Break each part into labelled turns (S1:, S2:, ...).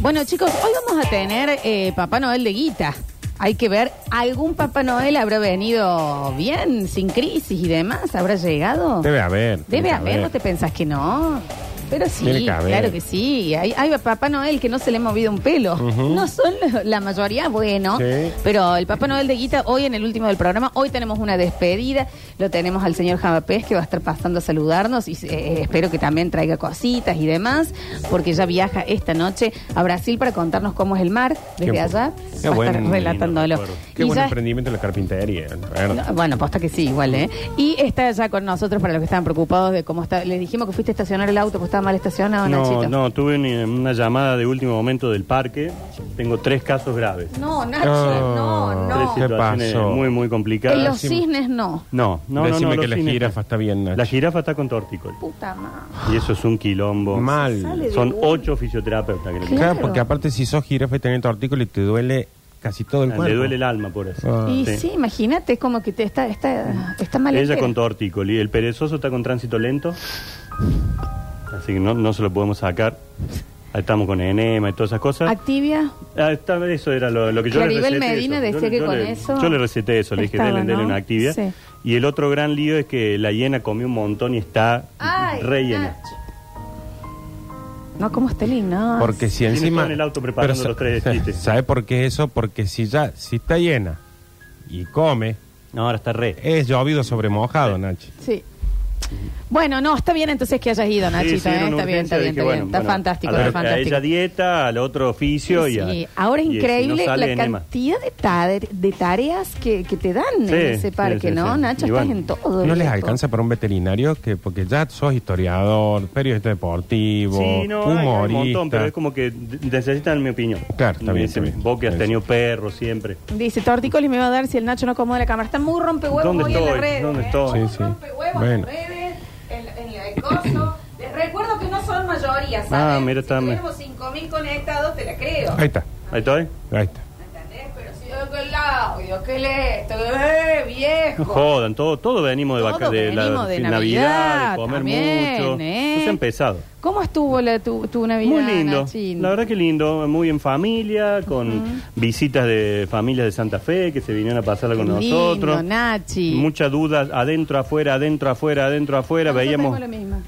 S1: Bueno, chicos, hoy vamos a tener eh, Papá Noel de Guita. Hay que ver, ¿algún Papá Noel habrá venido bien, sin crisis y demás? ¿Habrá llegado?
S2: Debe haber.
S1: Debe
S2: tiene que
S1: haber, ¿no te pensás que no? Pero
S2: Tiene
S1: sí,
S2: que haber.
S1: claro que sí. Hay, hay Papá Noel que no se le ha movido un pelo.
S2: Ujú.
S1: No son lo- la mayoría, bueno.
S2: Sí.
S1: Pero el Papá Noel de Guita, hoy en el último del programa, hoy tenemos una despedida. Lo tenemos al señor Javapés que va a estar pasando a saludarnos y eh, espero que también traiga cositas y demás, porque ya viaja esta noche a Brasil para contarnos cómo es el mar desde
S2: Qué bu-
S1: allá.
S2: Qué
S1: va a
S2: buen-
S1: estar relatándolo.
S2: no me acuerdo. Qué
S1: Y
S2: buen
S1: ya-
S2: emprendimiento en la carpintería. la verdad.
S1: no, Ah, bueno, posta que sí, igual, ¿eh? Y está ya con nosotros para los que estaban preocupados de cómo está. Les dijimos que fuiste a estacionar el auto porque estaba mal estacionado,
S3: No,
S1: Nachito.
S3: no, tuve ni- una llamada de último momento del parque. Tengo tres casos graves.
S1: No, Nacho, no,
S2: No.
S3: Tres
S1: no.
S2: ¿Qué
S3: situaciones
S2: pasó?
S3: muy, muy
S1: En
S3: complicadas.
S1: los cisnes no.
S3: No, no, no,
S2: Decime
S3: no,
S2: que
S3: los
S2: la
S3: cines-
S2: jirafa está bien, Nacho.
S3: La jirafa está con tortícolis.
S1: Puta madre.
S3: Y eso es un quilombo.
S1: Sale
S2: Mal.
S1: de
S3: Son
S1: una.
S3: ocho fisioterapeutas que le
S1: Claro.
S2: Claro, porque aparte si sos jirafa y tenés tu artículo y te duele casi todo el
S3: tienen.
S2: cuerpo.
S3: Ah, Le duele el alma por eso.
S2: Ah.
S1: y sí,
S3: sí.
S1: imagínate, es como que te está, está, está mal.
S3: Ella
S1: entera.
S3: con tortícolis. El perezoso está con tránsito lento. Así que no, no se lo podemos sacar. Ahí Estamos con enema y todas esas cosas.
S1: Activia.
S3: Ah, está- eso era lo, lo que yo
S1: Claribel
S3: le receté.
S1: Medina
S3: eso.
S1: decía
S3: yo, le-
S1: que
S3: yo
S1: con
S3: le,
S1: eso
S3: Yo le receté eso, le dije,
S1: estaba,
S3: denle, denle
S1: ¿no?
S3: una actividad.
S1: Sí.
S3: Y el otro gran lío es que la hiena comió un montón y está
S1: Ay, ah.
S3: rellena.
S1: Nacho. No, ¿cómo está el ignacio?
S2: Porque si
S3: Tiene
S2: encima...
S3: todo en el auto preparando
S2: sa-
S3: los tres
S2: sa-
S3: desquites.
S2: ¿Sabe por qué eso? Porque si ya, si está llena y come,
S3: No, ahora está
S1: Eh,
S3: re.
S2: es llovido sobre mojado, Nacho.
S1: Sí. Bueno, no, está bien entonces que hayas ido, Nachito.
S3: Sí,
S1: ¿eh?
S3: sí, era una
S1: está bien, está
S3: urgencia,
S1: bien,
S3: dije,
S1: está bien.
S3: bueno,
S1: está
S3: bueno,
S1: fantástico,
S3: a la-
S1: está
S3: A
S1: fantástico.
S3: ella dieta, al otro oficio y a-
S1: Sí, ahora es
S3: y, eh, si no
S1: increíble
S3: sale,
S1: la
S3: enema.
S1: cantidad de, ta- de tareas que, que te dan
S3: Sí,
S1: en ese
S3: sí,
S1: parque,
S3: sí,
S1: ¿no?
S3: sí.
S1: Nacho,
S3: Y
S1: estás
S3: bueno,
S1: en todo.
S2: ¿No les
S1: viejo.
S2: alcanza para un veterinario? que Porque ya sos historiador, periodista deportivo,
S3: Sí, no, hay- hay un
S2: humorista.
S3: montón, pero es como que d- necesitan mi opinión.
S2: Claro, está
S3: Me
S2: bien,
S3: dicen,
S2: está bien.
S3: Vos que has
S2: Sí,
S3: tenido perro siempre.
S1: Dice, Tortícolis me va a dar si el Nacho no acomoda la cámara. Está muy rompehuevos
S3: ¿Dónde
S1: hoy en
S3: estoy?
S1: las redes.
S3: ¿Dónde
S1: ¿eh?
S3: estoy?
S2: Sí, sí.
S1: Rompehuevos
S2: Bueno.
S1: en las redes, en- en el coso. Les recuerdo que no son mayoría, ¿sabes?
S3: Ah, mira, está-
S1: Si tenemos 5.000 conectados, te la creo.
S2: Ahí está,
S3: Ahí estoy.
S2: ahí está.
S1: ¿Entendés? Pero si yo que el audio, que el esto, que- ¡eh, viejo!
S3: No jodan, todo, todo venimos de,
S1: Todo
S3: vaca- de, la-
S1: venimos de
S3: de
S1: Navidad
S3: de comer
S1: también,
S3: mucho.
S1: ¿eh?
S3: No sean pesados.
S1: ¿Cómo estuvo la, tu, tu Navidad,
S3: Muy lindo.
S1: Nachín?
S3: La verdad que lindo. Muy en familia, con visitas de familias de Santa Fe que se vinieron a pasarla con
S1: Qué lindo,
S3: nosotros.
S1: Nachi.
S3: Muchas dudas, adentro, afuera, adentro, afuera, adentro, afuera.
S1: Nosotros
S3: Veíamos.
S1: tenemos lo mismo.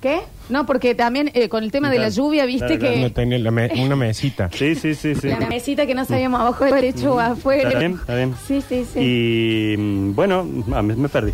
S1: ¿Qué? No, porque también eh, con el tema de la
S3: Claro.
S1: lluvia, viste
S3: Claro, claro.
S2: No
S1: que
S2: tenía la me- una mesita.
S3: Sí, sí, sí. sí.
S1: la mesita que no sabíamos abajo del derecho o afuera.
S3: Está bien, está bien.
S1: Sí, sí, sí.
S3: Y mm, bueno, ah, me, me perdí.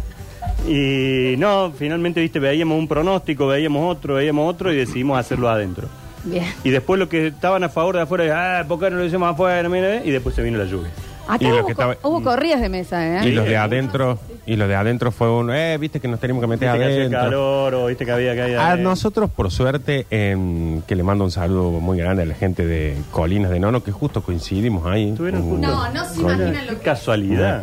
S3: Y no, finalmente, viste, veíamos un pronóstico, veíamos otro, veíamos otro y decidimos hacerlo adentro.
S1: Bien.
S3: Y después los que estaban a favor de afuera, ah, ¿por qué no lo hicimos afuera? Mira, eh? Y después se vino la lluvia.
S1: Acá
S2: Y lo
S1: hubo,
S2: que
S1: co-
S2: estaba-
S3: Mm.
S1: hubo corridas de mesa, ¿eh?
S2: Y los de
S3: eh,
S2: adentro, y los de adentro fue uno, eh, viste que nos teníamos que meter
S3: Viste que hacía
S2: adentro. Ah,
S3: calor eh. o viste que había caída.
S2: A
S3: de-
S2: nosotros, por suerte, em, que le mando un saludo muy grande a la gente de Colinas de Nono, que justo coincidimos ahí.
S3: Estuvieron
S2: Mm,
S3: juntos.
S1: No, no se
S2: con-
S1: imaginan
S3: Qué casualidad.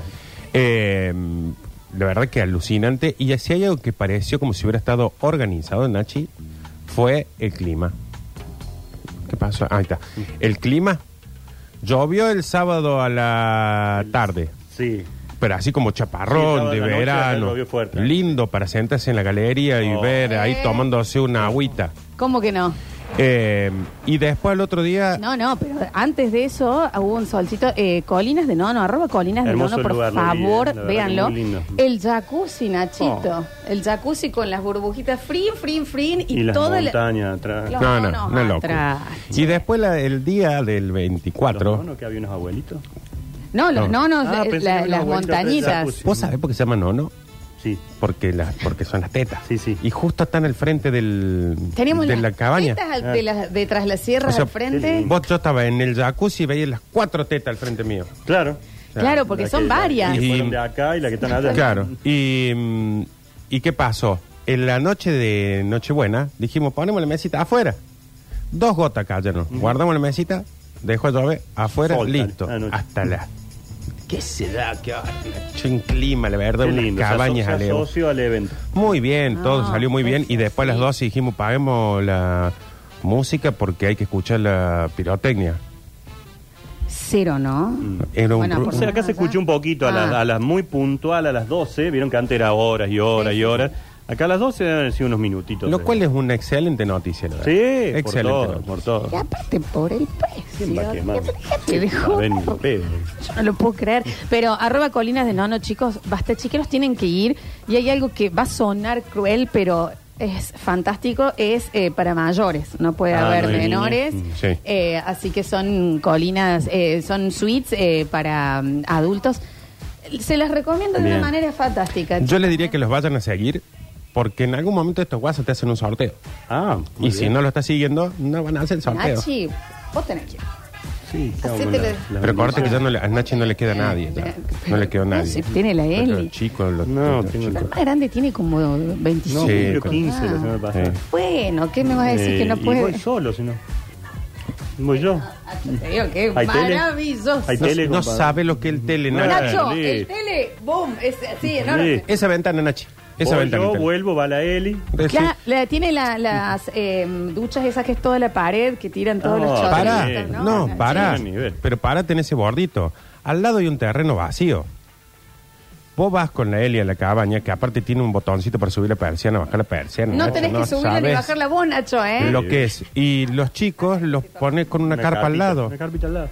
S2: Em, la verdad que alucinante. Y si hay algo que pareció como si hubiera estado organizado, Nachi, fue el clima. ¿Qué pasó? Ahí está. El clima. Llovió el sábado a la tarde.
S3: Sí.
S2: Pero así como chaparrón de
S3: Sí, sábado a la noche, ayer
S2: verano.
S3: llovió fuerte.
S2: Lindo para sentarse en la galería y
S3: Oh.
S2: ver
S1: Eh.
S2: ahí tomándose una agüita.
S1: ¿Cómo que no?
S2: Eh, y después el otro día.
S1: No, no, pero antes de eso hubo un solcito. eh, colinas de Nono, arroba Colinas de
S3: Hermoso
S1: Nono, por
S3: lugar, lo vi, eh,
S1: favor,
S3: la verdad que
S1: véanlo.
S3: muy lindo. Oh.
S1: El jacuzzi, Nachito. El jacuzzi con las burbujitas frin, frin, frin y,
S3: Y, las
S1: toda la...
S3: montañas atrás.
S1: Los
S2: No,
S1: monos
S2: no, no, loco.
S1: atrás, che.
S2: Y después la- el día del 24.
S3: Los monos que había unos abuelitos.
S1: No, los
S2: No.
S1: nonos,
S3: Ah,
S1: eh,
S3: pensé
S1: la-
S3: que había
S1: las
S3: una vuelta atrás del
S1: montañitas.
S3: jacuzzi.
S2: ¿Vos sabés por qué se llama nono?
S3: Sí.
S2: Porque, las porque son las tetas.
S3: Sí, sí.
S2: Y justo están al frente del,
S1: Teníamos
S2: de
S1: las
S2: la cabaña. Ah.
S1: tetas al- de las- de tras las sierras
S2: O sea,
S1: al frente.
S2: Vos, yo estaba en el jacuzzi y veía las cuatro tetas al frente mío.
S3: Claro.
S1: Claro, porque
S3: La
S1: son
S3: que- la-
S1: varias.
S3: La que
S2: Y-
S3: fueron de acá y la que están allá.
S2: Claro. Y, mm, ¿Y qué pasó? En la noche de Nochebuena dijimos, ponemos la mesita afuera. Dos gotas cayeron. Guardamos la mesita, dejó llover, afuera,
S3: Soltan.
S2: listo.
S3: Ah, no.
S2: Hasta la... ¿Qué se da? ¿Qué hora? Un clima, la verdad,
S3: Qué
S2: unas
S3: lindo.
S2: cabañas
S3: se aso- se
S2: Leo.
S3: asoció al evento.
S2: Muy bien,
S1: No,
S2: todo salió muy bien.
S1: eso
S2: Y después a las
S1: Ah, sí.
S2: 12 dijimos, paguemos la música porque hay que escuchar la pirotecnia.
S1: Cero, ¿no?
S3: Mm.
S2: Era un
S1: Bueno,
S2: ru-
S1: por
S3: O sea, acá se escuchó un poquito a, las,
S1: Ah.
S3: a las muy puntual, a las 12. Vieron que antes era horas y horas y horas. Acá a las 12 deben haber sido unos minutitos.
S2: Lo
S3: de-
S2: cual es una excelente noticia, la
S3: Sí,
S2: verdad.
S3: por
S2: excelente.
S3: todo,
S2: noticia.
S3: por todo.
S1: Y aparte por el precio.
S3: ¿Quién va a quemar?
S1: Te dejó.
S3: A ver, ni en pedo.
S1: Yo no lo puedo creer. Pero arroba colinas de nono, chicos, basta chiqueros tienen que ir. Y hay algo que va a sonar cruel, pero es fantástico, es eh, para mayores, no puede
S3: Ah,
S1: haber
S3: no hay
S1: menores.
S3: niños.
S2: Mm, sí.
S1: Eh, así que son colinas, eh, son suites eh, para mm, adultos. Se las recomiendo de
S3: Bien.
S1: una manera fantástica.
S2: Yo les diría que los vayan a seguir porque en algún momento estos guasos te hacen un sorteo.
S3: Ah, muy
S2: y
S3: bien.
S2: si no lo estás siguiendo, no van a hacer el sorteo.
S1: Nachi, vos tenés que ir.
S3: Sí, claro,
S1: Hacete
S3: bueno,
S1: la-
S3: la- la
S2: Pero acuérdate que ya
S3: bendición.
S2: no le- a Nachi no le queda nadie. ya. No le quedó
S1: No,
S2: nadie.
S1: si tiene la
S2: Pero
S1: Eli.
S2: el chico, los-
S3: No,
S2: los
S3: tengo
S2: chicos.
S1: El más grande tiene como
S3: No,
S1: 25.
S2: Sí,
S3: cumplió
S2: con-
S3: 15 la semana pasada.
S2: Sí.
S1: Bueno, ¿qué me vas a decir
S3: Eh,
S1: que no
S3: y voy
S1: puede?
S3: solo, si no. Voy yo.
S1: Ah, te digo que es
S3: ¿Hay tele?
S1: maravilloso.
S3: ¿Hay
S2: No,
S3: tele,
S2: no
S3: compadre.
S2: sabe lo que es el tele, Nachi.
S1: Nacho,
S3: Dale.
S1: el tele, boom, es eh, así, enorme.
S2: Esa ventana, Nachi. Esa
S3: Voy
S2: ventana.
S3: yo vuelvo, va la Eli.
S2: Entonces,
S1: Claro,
S2: sí.
S1: la- tiene la- las eh, duchas esas que es toda la pared, que tiran todos
S3: No,
S1: los chorritos.
S2: Pará,
S3: Está bien.
S2: no,
S1: Nachi.
S2: pará.
S3: Sí, nivel.
S2: Pero párate en ese bordito. Al lado hay un terreno vacío. Vos vas con la Eli a la cabaña, que aparte tiene un botoncito para subir la persiana, bajar la persiana.
S1: No
S2: Nacho,
S1: tenés que subirla ni
S2: sabes
S1: bajarla vos, Nacho, ¿eh?
S2: Lo que es. Y los chicos los pones con una, carpa al
S3: carpita,
S2: lado.
S3: Una carpita al lado.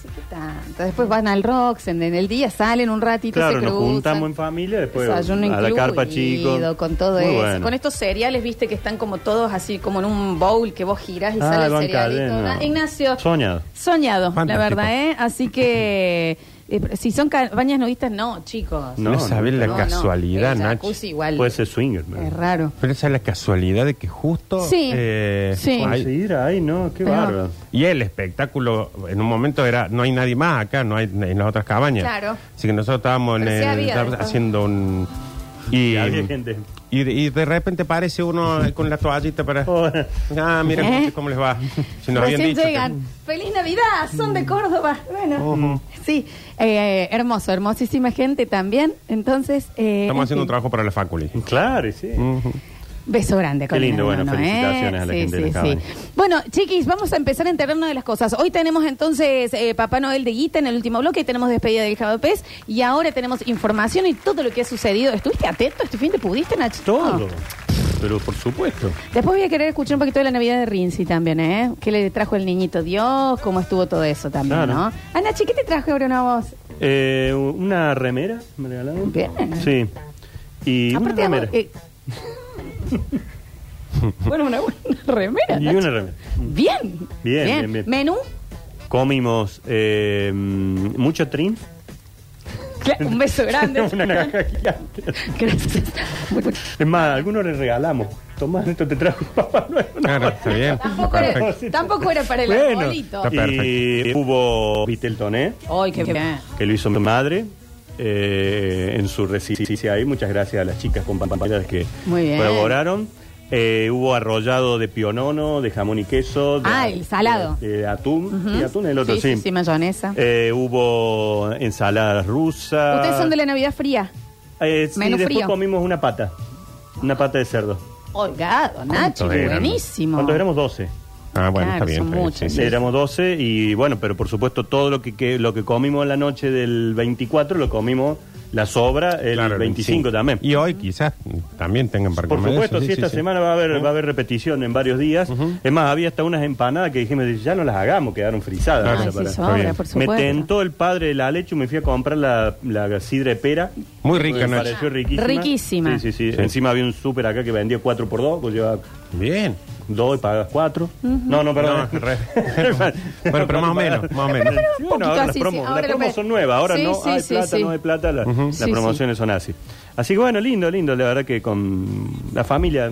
S1: Sí, ¿qué tanto? Después van al Rox, en, en el día salen un ratito,
S3: Claro,
S1: se
S3: nos
S1: cruzan.
S3: juntamos en familia, después
S1: Desayuno
S3: a la carpa
S1: incluido,
S3: chico.
S1: con todo
S3: Muy
S1: eso.
S3: bueno.
S1: Con estos cereales, viste, que están como todos así, como en un bowl que vos girás y
S3: Ah,
S1: sale el
S3: van
S1: cerealito.
S3: cadena.
S1: Ah, Ignacio.
S3: Soñado.
S1: Soñado,
S2: Fantástico.
S1: la verdad, ¿eh? Así que, eh, pero si son ca- bañas nudistas, no, chicos.
S2: No,
S3: No,
S2: sabes
S3: no,
S2: la
S1: No, no.
S2: casualidad,
S1: El
S2: Nacho.
S1: jacuzzi igual.
S3: Puede ser swinger. pero-
S1: Es raro.
S2: Pero esa es la casualidad de que justo.
S1: Sí,
S2: eh,
S1: sí.
S2: hay-
S3: Conseguir ahí, ¿no? Qué
S1: Pero-
S3: bárbaro.
S2: Y el espectáculo, en un momento era, no hay nadie más acá, no hay en las otras cabañas.
S1: Claro.
S2: Así que nosotros estábamos en
S1: Pero sí
S2: el-
S1: había
S2: estábamos
S1: después.
S2: haciendo un... Y,
S3: Y había gente.
S2: y, de- y de repente aparece uno eh, con la toallita para...
S3: Hola.
S2: Ah, miren
S1: ¿Eh?
S2: muchachos, cómo les va. Si nos habían
S1: Recién
S2: dicho que-
S1: llegan. ¡Feliz Navidad! Son de Córdoba. Bueno, sí. Eh, hermoso, hermosísima gente también. Entonces, eh,
S2: Estamos
S1: en
S2: haciendo un
S1: fin.
S2: trabajo para la facultad.
S3: Claro, y sí.
S2: Mm.
S1: Beso grande, Colina
S3: lindo, bueno,
S1: Nono,
S3: felicitaciones a la gente de la cabaña.
S1: Bueno, chiquis, vamos a empezar a enterarnos de las cosas. Hoy tenemos entonces eh, Papá Noel de Guita en el último bloque, tenemos despedida del Javapés y ahora tenemos información y todo lo que ha sucedido. ¿Estuviste atento este fin? ¿Te pudiste, Ah, Nacho?
S3: Todo. Pero por supuesto.
S1: Después voy a querer escuchar un poquito de la Navidad de Rinzi también, ¿eh? ¿Qué le trajo el niñito Dios? ¿Cómo estuvo todo eso también,
S3: Claro.
S1: no? Ah, Nachi, ¿qué te trajo ahora una voz?
S3: Eh, una remera me regalaron.
S1: Bien.
S3: Sí. Y una
S1: Aparte,
S3: remera.
S1: vos, eh, bueno, una buena remera.
S3: Y
S1: Nachi.
S3: una remera.
S1: Bien.
S3: Bien, bien, bien.
S1: Menú.
S3: Comimos eh, mm, mucho trim.
S1: Cla- Un beso grande.
S3: Una caja gigante.
S1: Gracias. Bueno,
S3: Es más, a algunos les regalamos. Tomás, esto te trajo papá Noel.
S2: Claro, Ah, está bien.
S1: Tampoco
S2: Perfecto.
S1: era, tampoco era para el
S3: Bueno.
S1: arbolito.
S2: Está perfecto.
S3: Y hubo Vitel Toné,
S1: Ay, qué bien.
S3: que lo hizo mi madre. eh, en su residencia ahí, muchas gracias a las chicas compañeras que
S1: Muy bien.
S3: colaboraron. Eh, hubo arrollado de pionono, de jamón y queso. De,
S1: Ah, el salado.
S3: De, de atún.
S1: Ujú.
S3: Sí, atún el otro,
S1: sí. Sí, sí, mayonesa.
S3: Eh, ah, hubo ensaladas rusas.
S1: Ustedes son de la Navidad fría.
S3: Eh, sí,
S1: Menú
S3: después
S1: frío.
S3: comimos una pata. Una pata de cerdo.
S1: Holgado, Nacho,
S2: eran?
S1: buenísimo.
S3: ¿Cuántos éramos? 12.
S2: Ah, bueno,
S1: Claro,
S2: está bien.
S1: son
S2: está bien,
S1: muchos.
S2: sí, sí.
S3: Éramos 12 y bueno, pero por supuesto todo lo que, que- lo que comimos la noche del 24 lo comimos la sobra el
S2: Claro,
S3: 25 también.
S2: Y hoy quizás mm, también tengan para
S3: por
S2: comer
S3: supuesto,
S2: eso,
S3: si
S2: sí,
S3: esta
S2: sí, sí.
S3: semana va a haber va a haber repetición en varios días. Es más, había hasta unas empanadas que dijimos, ya no las hagamos, quedaron frisadas.
S1: Ay,
S3: Para-
S1: sí,
S3: para-
S1: sobra,
S2: bien.
S1: por
S3: Me
S1: supuesto.
S3: tentó el padre de la leche, me fui a comprar la, la sidra de pera.
S2: Muy rica,
S3: me
S2: Nacho.
S3: pareció riquísima.
S1: Riquísima.
S3: Sí, sí, sí.
S2: Sí.
S3: Encima había un súper acá que vendía 4x2, pues llevaba
S2: Bien.
S3: dos y pagas cuatro. No, no, perdón.
S2: No, re- Bueno, pero más o menos, más o menos.
S1: un
S3: Sí,
S1: poquito
S3: bueno, ahora las
S1: así, sí,
S3: promos,
S1: ahora
S3: las
S1: lo
S3: promos
S1: ve.
S3: son nuevas, ahora
S1: Sí,
S3: no
S1: sí,
S3: hay
S1: sí,
S3: plata,
S1: sí.
S3: no hay plata, la- las
S1: Sí, sí.
S3: promociones son así. Así que bueno, lindo, lindo, la verdad que con la familia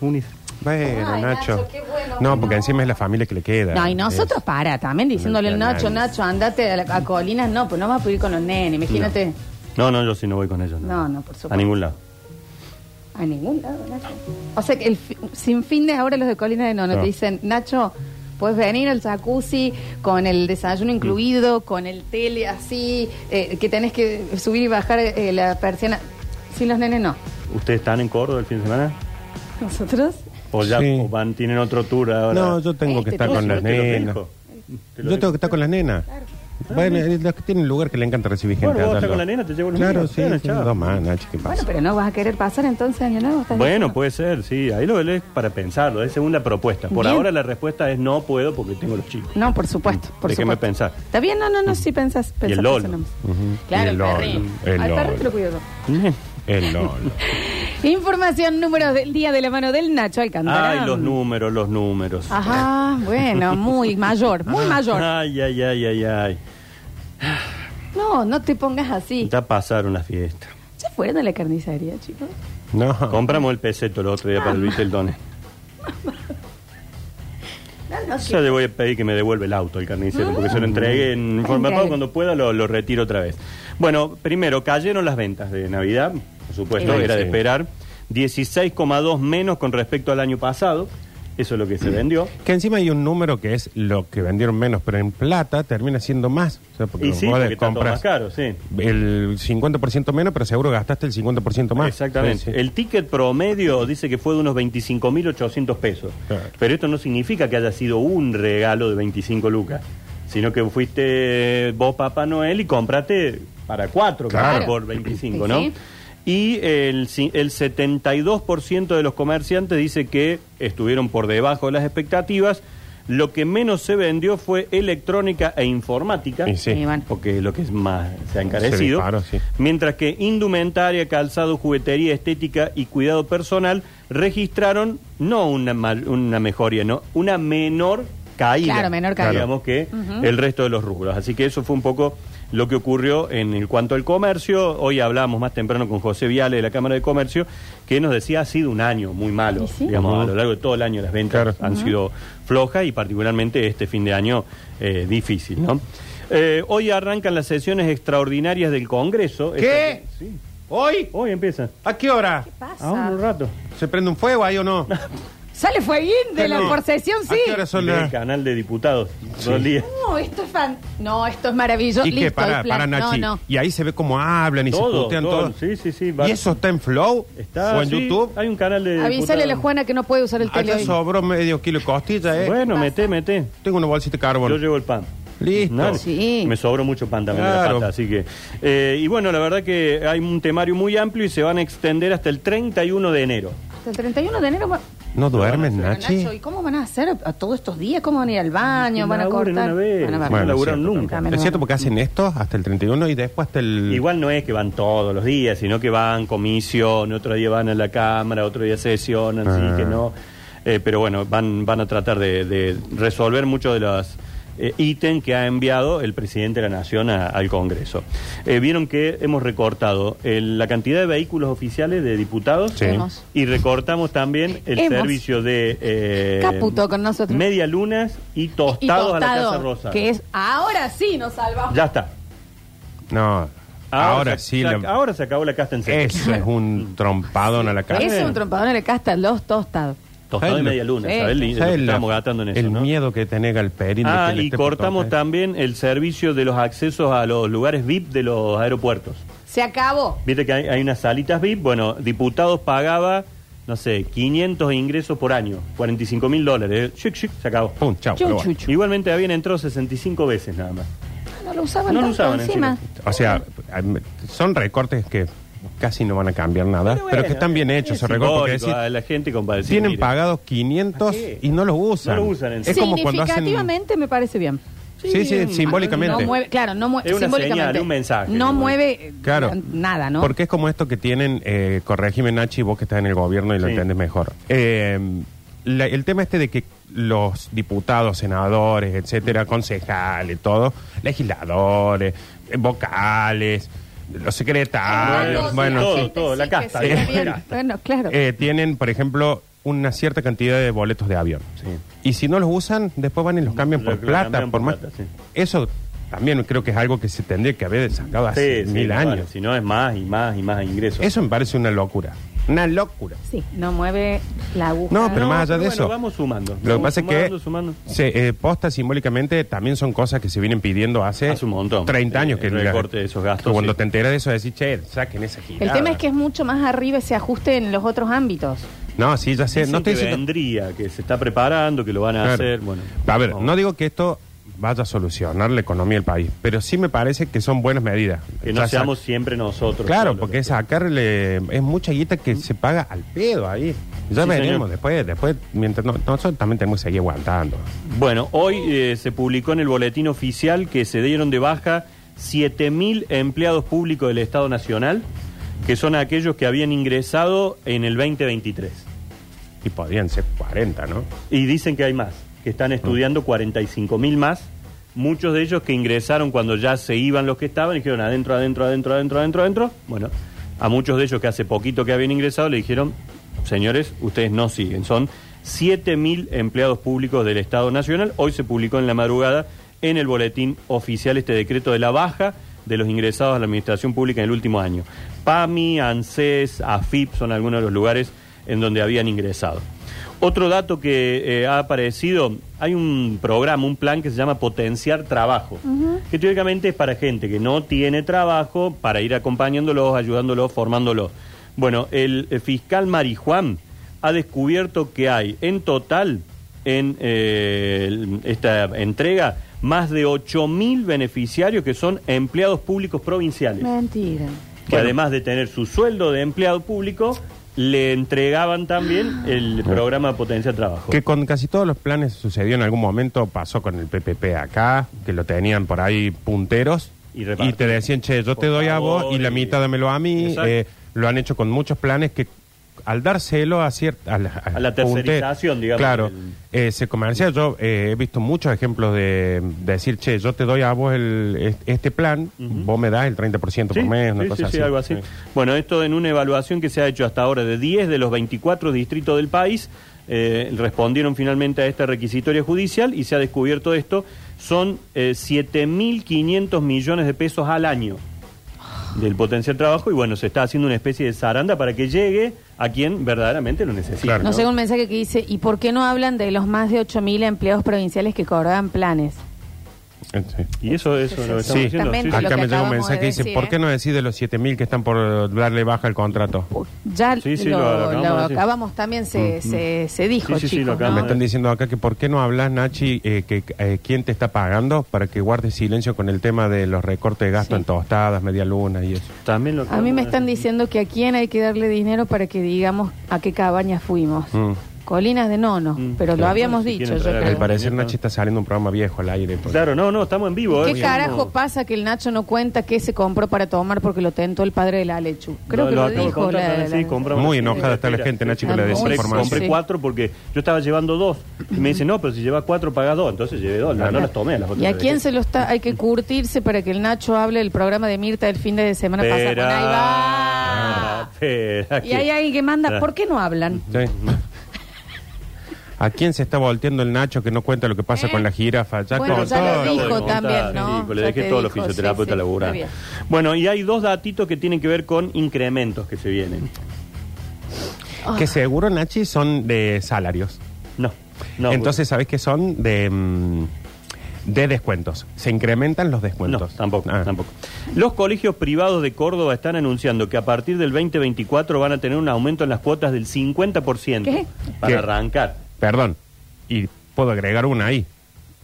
S3: unida.
S2: Bueno,
S1: Ay,
S2: Nacho.
S1: Nacho, qué bueno.
S2: no, porque encima es la familia que le queda.
S1: No, y nosotros
S2: Es-
S1: para, también diciéndole al
S2: No,
S1: Nacho,
S2: nadie.
S1: Nacho, andate a, la- a Colinas, no, pues no vas a poder ir con los nenes, imagínate.
S3: No, no, yo sí no voy con ellos.
S1: No, no, por supuesto.
S3: A ningún lado.
S1: A ningún lado, Nacho. O sea, que el fi- sin fin de ahora los de Colina de Nono
S2: No.
S1: te dicen, Nacho, puedes venir al jacuzzi con el desayuno incluido, con el tele así, eh, que tenés que subir y bajar eh, la persiana. Sin los nenes, no.
S3: ¿Ustedes están en Córdoba el fin de semana?
S1: Nosotros.
S3: ¿O ya
S2: Sí.
S3: o van, tienen otro tour ahora?
S2: No, yo tengo que
S1: Este
S2: estar
S1: te-
S2: con
S1: No,
S2: las
S3: te lo
S2: nenas.
S3: dejo. Te lo
S2: Yo
S3: dejo.
S2: tengo que estar con las nenas. Bueno, eh, los que tienen lugar que le encanta recibir gente.
S3: Bueno, vos
S2: allá lo-
S3: estás con la nena, te llevo los
S2: Claro,
S3: míos.
S2: sí.
S3: Bueno,
S2: sí,
S3: chao.
S2: no más, Nachi, ¿qué
S1: Bueno,
S2: pasa?
S1: pero no vas a querer pasar entonces año nuevo. ¿estás
S3: Bueno,
S1: diciendo?
S3: puede ser, sí. Ahí lo es para pensarlo. Es segunda propuesta. Por
S1: Bien.
S3: ahora la respuesta es no puedo porque tengo los chicos.
S1: No, por supuesto. Por
S3: Déjeme
S1: supuesto.
S3: pensar.
S1: Está bien, no, no,
S2: Mm.
S1: no, sí pensás. pensás
S3: el Lolo.
S1: eso nomás.
S2: Ujú.
S1: Claro,
S2: Y
S1: el,
S2: el Lolo,
S1: perrín.
S2: el
S1: Al perrín
S2: Lolo.
S1: te lo cuido yo.
S2: El LOL.
S1: Información, números del día de la mano del Nacho Alcántara.
S3: Ay, los números, los números.
S1: Ajá, bueno, muy mayor, muy mayor.
S3: Ay, ay, ay, ay, ay.
S1: No, no te pongas así.
S3: Ya pasaron las fiestas.
S1: ¿Ya fueron a la carnicería, chicos?
S2: No.
S3: Compramos el peseto el otro día
S1: Ah.
S3: para el Viteldone.
S1: No, no,
S3: Ya le voy a pedir que me devuelva el auto, el carnicero, porque se lo entregué en forma
S1: Ah, Entregue.
S3: pago. Cuando pueda lo, lo retiro otra vez. Bueno, primero, cayeron las ventas de Navidad, por supuesto,
S2: Sí.
S3: era de
S2: Sí.
S3: esperar. 16,2 menos con respecto al año pasado. Eso es lo que se vendió.
S2: Que encima hay un número que es lo que vendieron menos, pero en plata termina siendo más. O sea, porque
S3: Y sí,
S2: vos
S3: porque está todo
S2: compras
S3: más caro, sí.
S2: el 50% menos, pero seguro gastaste el 50% más.
S3: Exactamente.
S2: Sí, sí.
S3: El ticket promedio dice que fue de unos 25.800 pesos.
S2: Claro.
S3: Pero esto no significa que haya sido un regalo de 25 lucas, sino que fuiste vos, Papá Noel, y compraste para cuatro
S2: Claro.
S3: capaz, por 25, ¿no?
S1: Sí.
S3: Y el, ci- el 72% de los comerciantes dice que estuvieron por debajo de las expectativas. Lo que menos se vendió fue electrónica e informática.
S2: Y sí.
S1: Y bueno.
S3: Porque es lo que es más se ha encarecido.
S2: disparó, sí.
S3: Mientras que indumentaria, calzado, juguetería, estética y cuidado personal registraron no una, mal- una mejoría, no, una menor caída.
S1: Claro, menor caída.
S3: Digamos que el resto de los rubros. Así que eso fue un poco lo que ocurrió en el cuanto al comercio. Hoy hablamos más temprano con José Viale de la Cámara de Comercio, que nos decía ha sido un año muy malo.
S1: Y sí.
S3: Digamos,
S2: Ujú.
S3: a lo largo de todo el año las
S2: Claro.
S3: ventas han sido flojas y particularmente este fin de año eh, difícil, ¿no? Eh, hoy arrancan las sesiones extraordinarias del Congreso.
S2: ¿Qué?
S3: Esta- sí.
S2: ¿Hoy?
S3: Hoy empieza.
S2: ¿A qué hora?
S1: pasa?
S3: Ahora un rato.
S2: ¿Se prende un fuego ahí o no?
S1: Sale fueguín de la
S2: No.
S1: procesión,
S2: ¿A
S1: sí.
S2: qué hora son
S3: Mirá
S2: las-
S3: el canal de diputados. Todo el día.
S1: No, esto es fan. No, esto es maravilloso.
S2: Y que
S1: Listo,
S2: para,
S1: el plan.
S2: para Nachi.
S1: No, no.
S2: Y ahí se ve cómo hablan y se
S3: Todo,
S2: putean
S3: todo.
S2: todos.
S3: Sí, sí, sí, va-
S2: ¿Y eso está en Flow?
S3: Está,
S2: ¿O en
S3: sí,
S2: YouTube?
S3: Hay un canal
S2: Eh,
S3: de
S1: Avísale a la
S3: diputados.
S1: Juana que no puede usar el tele
S2: Allá
S1: hoy.
S2: sobró medio kilo de costilla, ¿eh?
S3: Bueno, meté, meté.
S2: Tengo una bolsita de carbón.
S3: Yo llevo el pan.
S2: Listo.
S3: Dale.
S1: Sí.
S3: Me sobró mucho pan también de
S2: Claro.
S3: la pata, así que. eh, y bueno, la verdad que hay un temario muy amplio y se van a extender hasta el 31 de enero.
S1: Hasta el 31 de enero. va-
S2: ¿No duermes,
S1: Pero,
S2: Nachi?
S1: Nacho, ¿y cómo van a hacer a todos estos días? ¿Cómo van a ir al baño? ¿Van a
S3: Laburen
S1: cortar?
S3: una vez.
S1: Van a barrer.
S3: No
S2: Bueno,
S3: laburan
S2: es cierto,
S3: nunca.
S1: También
S2: Es cierto
S1: no.
S2: porque hacen esto hasta el 31 y después hasta el...
S3: Igual no es que van todos los días, sino que van comisión, otro día van a la cámara, otro día sesionan, así
S2: Ah.
S3: que no. Eh, pero bueno, van, van a tratar de, de resolver muchos de los eh, ítems que ha enviado el presidente de la Nación a- al Congreso. Eh, Vieron que hemos recortado el- la cantidad de vehículos oficiales de diputados
S2: Sí.
S1: Hemos.
S3: y recortamos también el
S1: Hemos.
S3: servicio de eh,
S1: Caputo con nosotros.
S3: media lunas y tostados
S1: Y
S3: a la
S1: tostado,
S3: Casa Rosa.
S1: Que es, ahora sí nos salvamos.
S3: Ya está.
S2: No, ahora,
S3: Ah, se-
S2: sí.
S3: se-
S2: la-
S3: Ahora se acabó la casta en seco.
S2: Eso es un trompadón a la cara.
S1: es un trompadón de la casta, los tostados.
S3: Tostado de
S2: Ay, lo-
S3: media luna,
S1: Sí.
S3: ¿sabes? Lo que
S2: ¿Sabes la-
S3: Estamos gastando en eso,
S2: El
S3: ¿no?
S2: miedo que tenga el perín. de
S3: Ah,
S2: que este le
S3: y
S2: esté
S3: cortamos
S2: por tocar.
S3: también el servicio de los accesos a los lugares VIP de los aeropuertos.
S1: Se acabó.
S3: Viste que hay, hay unas salitas VIP. Bueno, diputados pagaba, no sé, 500 ingresos por año, 45 mil dólares. eh, Chic, chic, se acabó.
S2: Pum, chau. pero
S1: Chun,
S2: bueno.
S1: chun, chun.
S3: Igualmente habían entrado 65 veces nada más.
S1: No lo usaban
S3: No lo
S1: tanto
S3: usaban
S1: encima.
S3: encima.
S2: O sea, am- son recortes que casi no van a cambiar nada, pero,
S3: bueno,
S2: que están bien hechos
S3: es
S2: esos recortes. Porque
S3: simbólico,
S2: decís,
S3: a la gente compadecida.
S2: tienen
S3: mire.
S2: pagados 500
S3: ¿Para qué?
S2: y no los usan.
S3: No los usan, en
S2: Es
S3: serio.
S2: como cuando hacen...
S1: Significativamente me parece bien.
S2: Sí, sí,
S3: bien.
S2: simbólicamente.
S1: No mueve, claro, no mueve.
S3: Es una
S1: simbólicamente,
S3: señal, un mensaje.
S1: No mueve eh,
S2: Claro.
S1: nada, ¿no?
S2: Porque es como esto que tienen, eh, corregime Nachi, vos que estás en el gobierno y lo
S3: Sí.
S2: entendés mejor. Eh, la- el tema este de que los diputados, senadores, etcétera, concejales, todo, legisladores, eh, vocales, los secretarios,
S3: Todos,
S2: ah, bueno,
S3: todos,
S2: sí,
S3: todo, la
S1: que
S3: casta,
S1: se
S2: la
S1: ve bien.
S3: casta.
S1: Bueno, claro.
S2: eh, tienen, por ejemplo, una cierta cantidad de boletos de avión.
S3: Sí.
S2: Y si no los usan, después van y los cambian
S3: Lo
S2: por
S3: que
S2: plata,
S3: cambian
S2: por
S3: por
S2: más.
S3: plata, sí.
S2: Eso también creo que es algo que se tendría que haber sacado hace
S3: Sí, sí,
S2: mil
S3: no,
S2: años.
S3: bueno, si no es más y más y más ingresos.
S2: Eso me parece una locura. Una locura.
S1: Sí, no mueve la aguja.
S2: No, pero más allá de
S3: bueno,
S2: eso.
S3: vamos sumando.
S2: Lo que
S3: Vamos
S2: pasa es
S3: sumando,
S2: que
S3: sumando.
S2: se eh, posta simbólicamente también son cosas que se vienen pidiendo hace,
S3: Hace un montón.
S2: 30 años
S3: Eh,
S2: que
S3: el recorte de esos gastos,
S2: que cuando
S3: sí.
S2: te enteras de eso decís, "Che, saquen esa girada.
S1: El tema es que es mucho más arriba ese ajuste en los otros ámbitos.
S2: no, sí, ya sé,
S3: Dicen
S2: no estoy
S3: que
S2: diciendo
S3: vendría, que se está preparando, que lo van a
S2: Claro.
S3: hacer. Bueno,
S2: a ver,
S3: No.
S2: no digo que esto vaya a solucionar la economía del país, pero sí me parece que son buenas medidas.
S3: Que no
S2: Ya sa-
S3: seamos siempre nosotros.
S2: Claro,
S3: solos.
S2: porque sacarle es mucha guita que se paga al pedo ahí. Ya
S3: Sí,
S2: veremos
S3: señor.
S2: después, después, mientras no- nosotros también tenemos que seguir aguantando.
S3: Bueno, hoy eh, se publicó en el boletín oficial que se dieron de baja 7.000 empleados públicos del Estado Nacional, que son aquellos que habían ingresado en el 2023.
S2: Y podrían ser 40, ¿no?
S3: Y dicen que hay más, que están estudiando 45.000 más. Muchos de ellos que ingresaron cuando ya se iban los que estaban, dijeron adentro, adentro, adentro, adentro, adentro, adentro. Bueno, a muchos de ellos que hace poquito que habían ingresado le dijeron, señores, ustedes no siguen. Son 7.000 empleados públicos del Estado Nacional. Hoy se publicó en la madrugada en el boletín oficial este decreto de la baja de los ingresados a la administración pública en el último año. PAMI, ANSES, AFIP son algunos de los lugares en donde habían ingresado. Otro dato que eh, ha aparecido, hay un programa, un plan que se llama Potenciar Trabajo, que teóricamente es para gente que no tiene trabajo, para ir acompañándolos, ayudándolos, formándolos. Bueno, el eh, fiscal Marijuán ha descubierto que hay en total en eh, el- esta entrega más de 8.000 beneficiarios que son empleados públicos provinciales
S1: Mentira.
S3: que además de tener su sueldo de empleado público, le entregaban también el
S2: Ah.
S3: programa Potencia Trabajo.
S2: Que con casi todos los planes sucedió en algún momento, pasó con el PPP acá, que lo tenían por ahí punteros
S3: Y
S2: y,
S3: reparten.
S2: te decían, che, yo te
S3: Por
S2: doy a vos
S3: favor,
S2: y la
S3: y-
S2: mitad dámelo a mí.
S3: Exacto.
S2: Eh, lo han hecho con muchos planes que al dárselo a cierta a la,
S3: A la tercerización, digamos,
S2: Claro,
S3: del-
S2: eh, se comercia. Yo eh, he visto muchos ejemplos de, de decir, che, yo te doy a vos el, est- este plan, vos me das el 30% por
S3: Sí,
S2: mes, una
S3: sí,
S2: cosa
S3: sí,
S2: así.
S3: sí, algo así.
S2: Sí.
S3: Bueno, esto en una evaluación que se ha hecho hasta ahora de 10 de los 24 distritos del país, eh, respondieron finalmente a esta requisitoria judicial y se ha descubierto esto, son eh, 7.500 millones de pesos al año del potencial trabajo y bueno, se está haciendo una especie de zaranda para que llegue a quien verdaderamente lo necesita.
S2: Claro.
S1: No sé, un mensaje que dice, ¿y por qué no hablan de los más de 8.000 empleados provinciales que cobraban planes?
S2: Eh, sí.
S3: Y eso, eso lo que estamos
S2: Sí.
S3: diciendo. Sí, sí,
S1: Exactamente
S3: sí.
S1: lo
S2: Acá
S1: que
S2: me llega un
S1: acabamos de
S2: mensaje que dice,
S1: decir,
S2: ¿por
S1: ¿eh?
S2: qué no decís de los 7.000 que están por eh, darle baja el contrato?
S1: Ya
S3: Sí, sí,
S1: lo,
S3: lo acabamos
S1: lo
S3: de decir.
S1: acabamos, también se, se, se dijo,
S3: Sí, sí, sí,
S1: chicos,
S3: lo acabamos
S2: Me
S1: ¿no?
S3: de
S2: están diciendo acá que por qué no hablas, Nachi, eh, que eh, quién te está pagando para que guardes silencio con el tema de los recortes de gasto
S1: Sí.
S2: en tostadas, media luna y eso.
S3: También lo
S1: A mí
S3: acabamos
S1: me
S3: de
S1: están
S3: decir.
S1: diciendo que a quién hay que darle dinero para que digamos a qué cabaña fuimos.
S2: Mm.
S1: Colinas de Nono,
S3: Mm,
S1: pero lo
S3: claro.
S1: habíamos
S3: Si
S1: dicho,
S3: quieren
S1: yo
S3: traer
S1: creo.
S2: Al parecer,
S3: Claro.
S2: Nachi está saliendo un programa viejo al aire. pues. porque-
S3: Claro, no, no, estamos en vivo.
S1: ¿Qué
S3: eh.
S1: carajo
S3: Estamos-
S1: pasa que el Nacho no cuenta qué se compró para tomar porque lo tentó el padre de la Alechu? Creo
S3: No,
S1: que lo,
S3: acabo de
S1: dijo.
S3: contar,
S1: la-
S3: también,
S1: la-
S3: sí, compramos
S2: Muy
S3: la-
S2: enojada está la
S3: Sí,
S2: gente,
S3: sí,
S2: Nachi,
S3: sí.
S1: con la
S3: Compré-
S1: desinformación.
S3: Compré
S1: Sí.
S3: cuatro porque yo estaba llevando dos. Y me dice, no, pero si llevas cuatro, pagas dos. Entonces llevé dos. No, no las tomé a las otras.
S1: ¿Y a quién se lo está? Hay que curtirse para que el Nacho hable del programa de Mirta del fin de semana pasado. Bueno, ahí va.
S3: Ah, Espera,
S1: Y hay alguien que manda,
S3: Ah.
S1: ¿por qué no hablan?
S2: Sí. ¿A quién se está volteando el Nacho que no cuenta lo que pasa
S1: ¿Eh?
S2: con la jirafa? Ya
S1: Bueno,
S2: con
S1: ya lo
S2: todo.
S1: dijo
S3: Acabo de contar,
S1: también, ¿no?
S3: Nico, pues Le
S1: Ya
S3: dejé
S1: te
S3: todos los
S1: dijo, sí,
S3: fisioterapeutas
S1: sí,
S3: laburar.
S1: está bien.
S3: Bueno, y hay dos datitos que tienen que ver con incrementos que se vienen.
S2: Que seguro, Nachi, son de salarios.
S3: No, no. pues-
S2: Entonces, ¿sabes qué son? De, mm, de descuentos. Se incrementan los descuentos.
S3: No, tampoco,
S2: Ah.
S3: tampoco. Los colegios privados de Córdoba están anunciando que a partir del 2024 van a tener un aumento en las cuotas del 50%
S1: ¿Qué?
S3: para
S2: ¿Qué?
S3: arrancar.
S2: Perdón, y puedo agregar una ahí.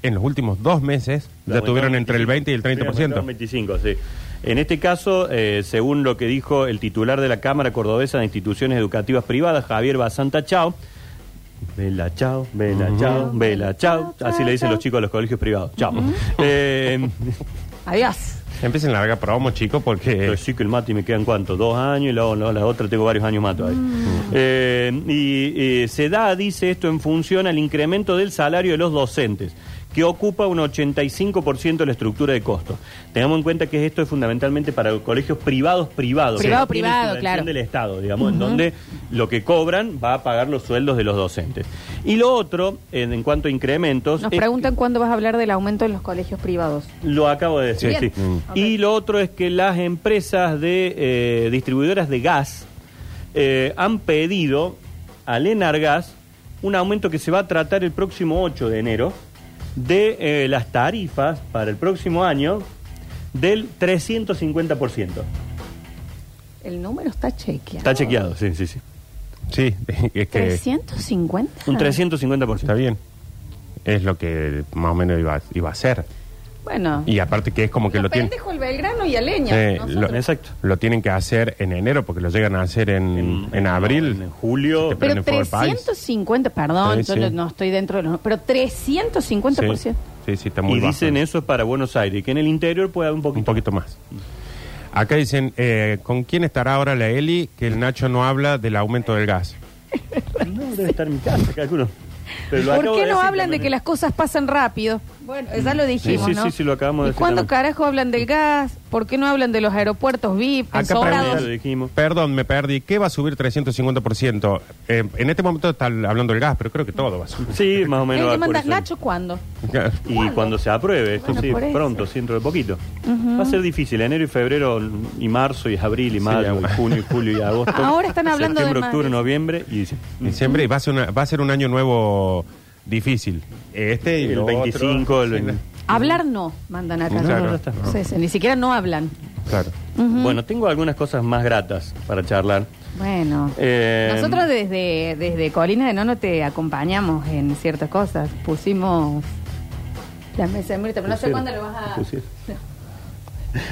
S2: En los últimos dos meses ya
S3: Aumentaron
S2: tuvieron entre el
S3: 25,
S2: 20 y el
S3: sí, aumentaron
S2: 30%.
S3: 25, sí. En este caso, eh, según lo que dijo el titular de la Cámara Cordobesa de Instituciones Educativas Privadas, Javier Basanta Chao, Vela, chao, vela, chao, vela, chao. Así le dicen los chicos a los colegios privados. Chao. Eh,
S1: Adiós.
S2: Empiecen a largar promo, chicos, porque
S3: Pero sí que el mate me quedan cuánto, dos años y la, la- la otra tengo varios años más todavía. Eh, y eh, se da, dice esto, en función al incremento del salario de los docentes, que ocupa un 85% de la estructura de costos. Tengamos en cuenta que esto es fundamentalmente para colegios privados, privados.
S1: Sí. Privado,
S3: que tienen
S1: privado,
S3: subvención
S1: claro.
S3: del Estado, digamos, en donde lo que cobran va a pagar los sueldos de los docentes. Y lo otro, en, en cuanto a incrementos...
S1: Nos
S3: Pues es-
S1: preguntan cuándo vas a hablar del aumento en los colegios privados.
S3: lo acabo de decir,
S1: Bien.
S3: sí.
S1: Mm.
S3: Y lo otro es que las empresas de eh, distribuidoras de gas eh, han pedido al Enargas un aumento que se va a tratar el próximo 8 de enero de eh, las tarifas para el próximo año del 350%.
S1: El número está chequeado.
S3: Está chequeado, sí, sí, sí.
S2: sí, es que
S1: 350.
S3: Un 350%.
S2: está bien. Es lo que más o menos iba, iba a ser.
S1: Bueno.
S2: Y aparte que es como que lo, tienen...
S1: pendejo el Belgrano y a Leña.
S2: Eh,
S1: nosotros.
S2: lo-
S3: Exacto.
S2: Lo tienen que hacer en enero porque lo llegan a hacer en, en abril.
S3: en
S2: Se
S3: julio.
S2: te
S1: Pero
S2: prenden fuego el país.
S1: 350, perdón,
S2: Sí,
S1: yo
S2: sí.
S1: no- no estoy dentro de los... Pero 350%.
S2: Sí, sí, sí, está muy
S3: Y
S2: bajo.
S3: dicen eso es para Buenos Aires, que en el interior puede haber un
S2: Un
S3: poquito.
S2: poquito más. Acá dicen, eh, ¿con quién estará ahora la Eli? Que el Nacho no habla del aumento del gas.
S3: No, debe estar en mi casa, calculo. Pero lo
S1: ¿Por
S3: acabo
S1: qué
S3: de
S1: no
S3: decir
S1: hablan de
S3: también.
S1: que las cosas pasan rápido? Bueno, ya lo dijimos,
S3: Sí, sí,
S1: ¿no?
S3: sí, sí, lo acabamos de
S1: ¿Y
S3: decir
S1: cuándo
S3: también.
S1: carajo hablan del gas? ¿Por qué no hablan de los aeropuertos VIP,
S2: Acá
S1: ensobrados?
S3: Lo dijimos.
S2: Perdón, me perdí. ¿Qué va a subir 350%? Eh, en este momento está hablando del gas, pero creo que todo va a subir.
S3: Sí, más o
S1: Él te
S3: menos. va por
S1: manda,
S3: eso.
S1: Nacho, ¿cuándo?
S3: Y cuando se apruebe, esto
S1: Bueno,
S3: sí,
S1: por eso.
S3: pronto, sí, dentro de poquito. Va a ser difícil, enero y febrero, y marzo, y abril, y mayo,
S2: agua.
S3: y junio, y julio, y agosto.
S1: Ahora están hablando de
S3: septiembre,
S1: más.
S3: octubre, noviembre, y dice,
S2: Diciembre y va a ser, una- va a ser un año nuevo difícil. Este y
S3: El
S2: lo otro.
S3: 25, el
S2: Sí,
S3: 20.
S1: Hablar no, mandan acá.
S2: No,
S1: ¿no?
S2: no, no
S3: está.
S1: Sí, sí, ni siquiera no hablan.
S2: Claro.
S3: Bueno, tengo algunas cosas más gratas para charlar.
S1: Bueno.
S3: Eh,
S1: Nosotros desde, desde Colina de Nono te acompañamos en ciertas cosas. Pusimos la mesa de Mirta, pero no sé
S3: pusieron-
S1: cuándo lo vas a...
S3: pusieron.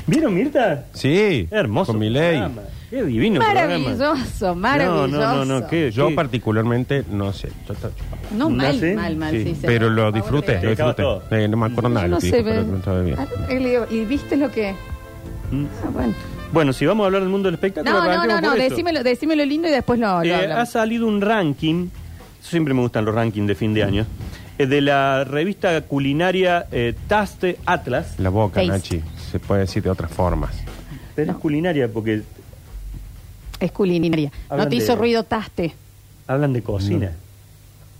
S3: ¿Vieron, Mirta?
S2: Sí.
S3: Hermoso.
S2: Con mi ley.
S3: programa. Qué divino programa.
S1: Maravilloso, maravilloso.
S3: No, no, no, no, qué-
S2: Yo
S3: qué-
S2: particularmente no sé. Yo estaba chupado.
S1: No,
S3: ¿No
S1: mal,
S3: sé?
S1: mal, mal,
S3: Sí.
S1: sí. se
S2: pero
S1: ve.
S2: lo
S1: Por favor,
S2: disfruté,
S1: te-
S2: lo
S3: Te acaba
S2: disfruté.
S3: todo.
S2: Eh, no me acuerdo nada de lo
S1: No
S2: que
S1: sé,
S2: dijo, pero
S1: ve.
S2: no estaba bien.
S1: Ah, él dijo, ¿Y viste lo que...?
S3: Mm.
S1: Ah, bueno.
S3: Bueno, si vamos a hablar del mundo del espectáculo,
S1: No, no,
S3: arranquemos
S1: no,
S3: por
S1: no,
S3: eso.
S1: decímelo, decímelo lindo y después lo, lo
S3: Eh, ha
S1: hablamos.
S3: salido un ranking, siempre me gustan los rankings de fin de año, eh, de la revista culinaria eh, Taste Atlas.
S2: La boca,
S1: Taste.
S2: Nachi. Se puede decir de otras formas.
S3: Pero es culinaria porque
S1: Es culinaria. No
S3: Hablan
S1: te hizo
S3: de-
S1: ruido taste.
S3: hablan de cocina.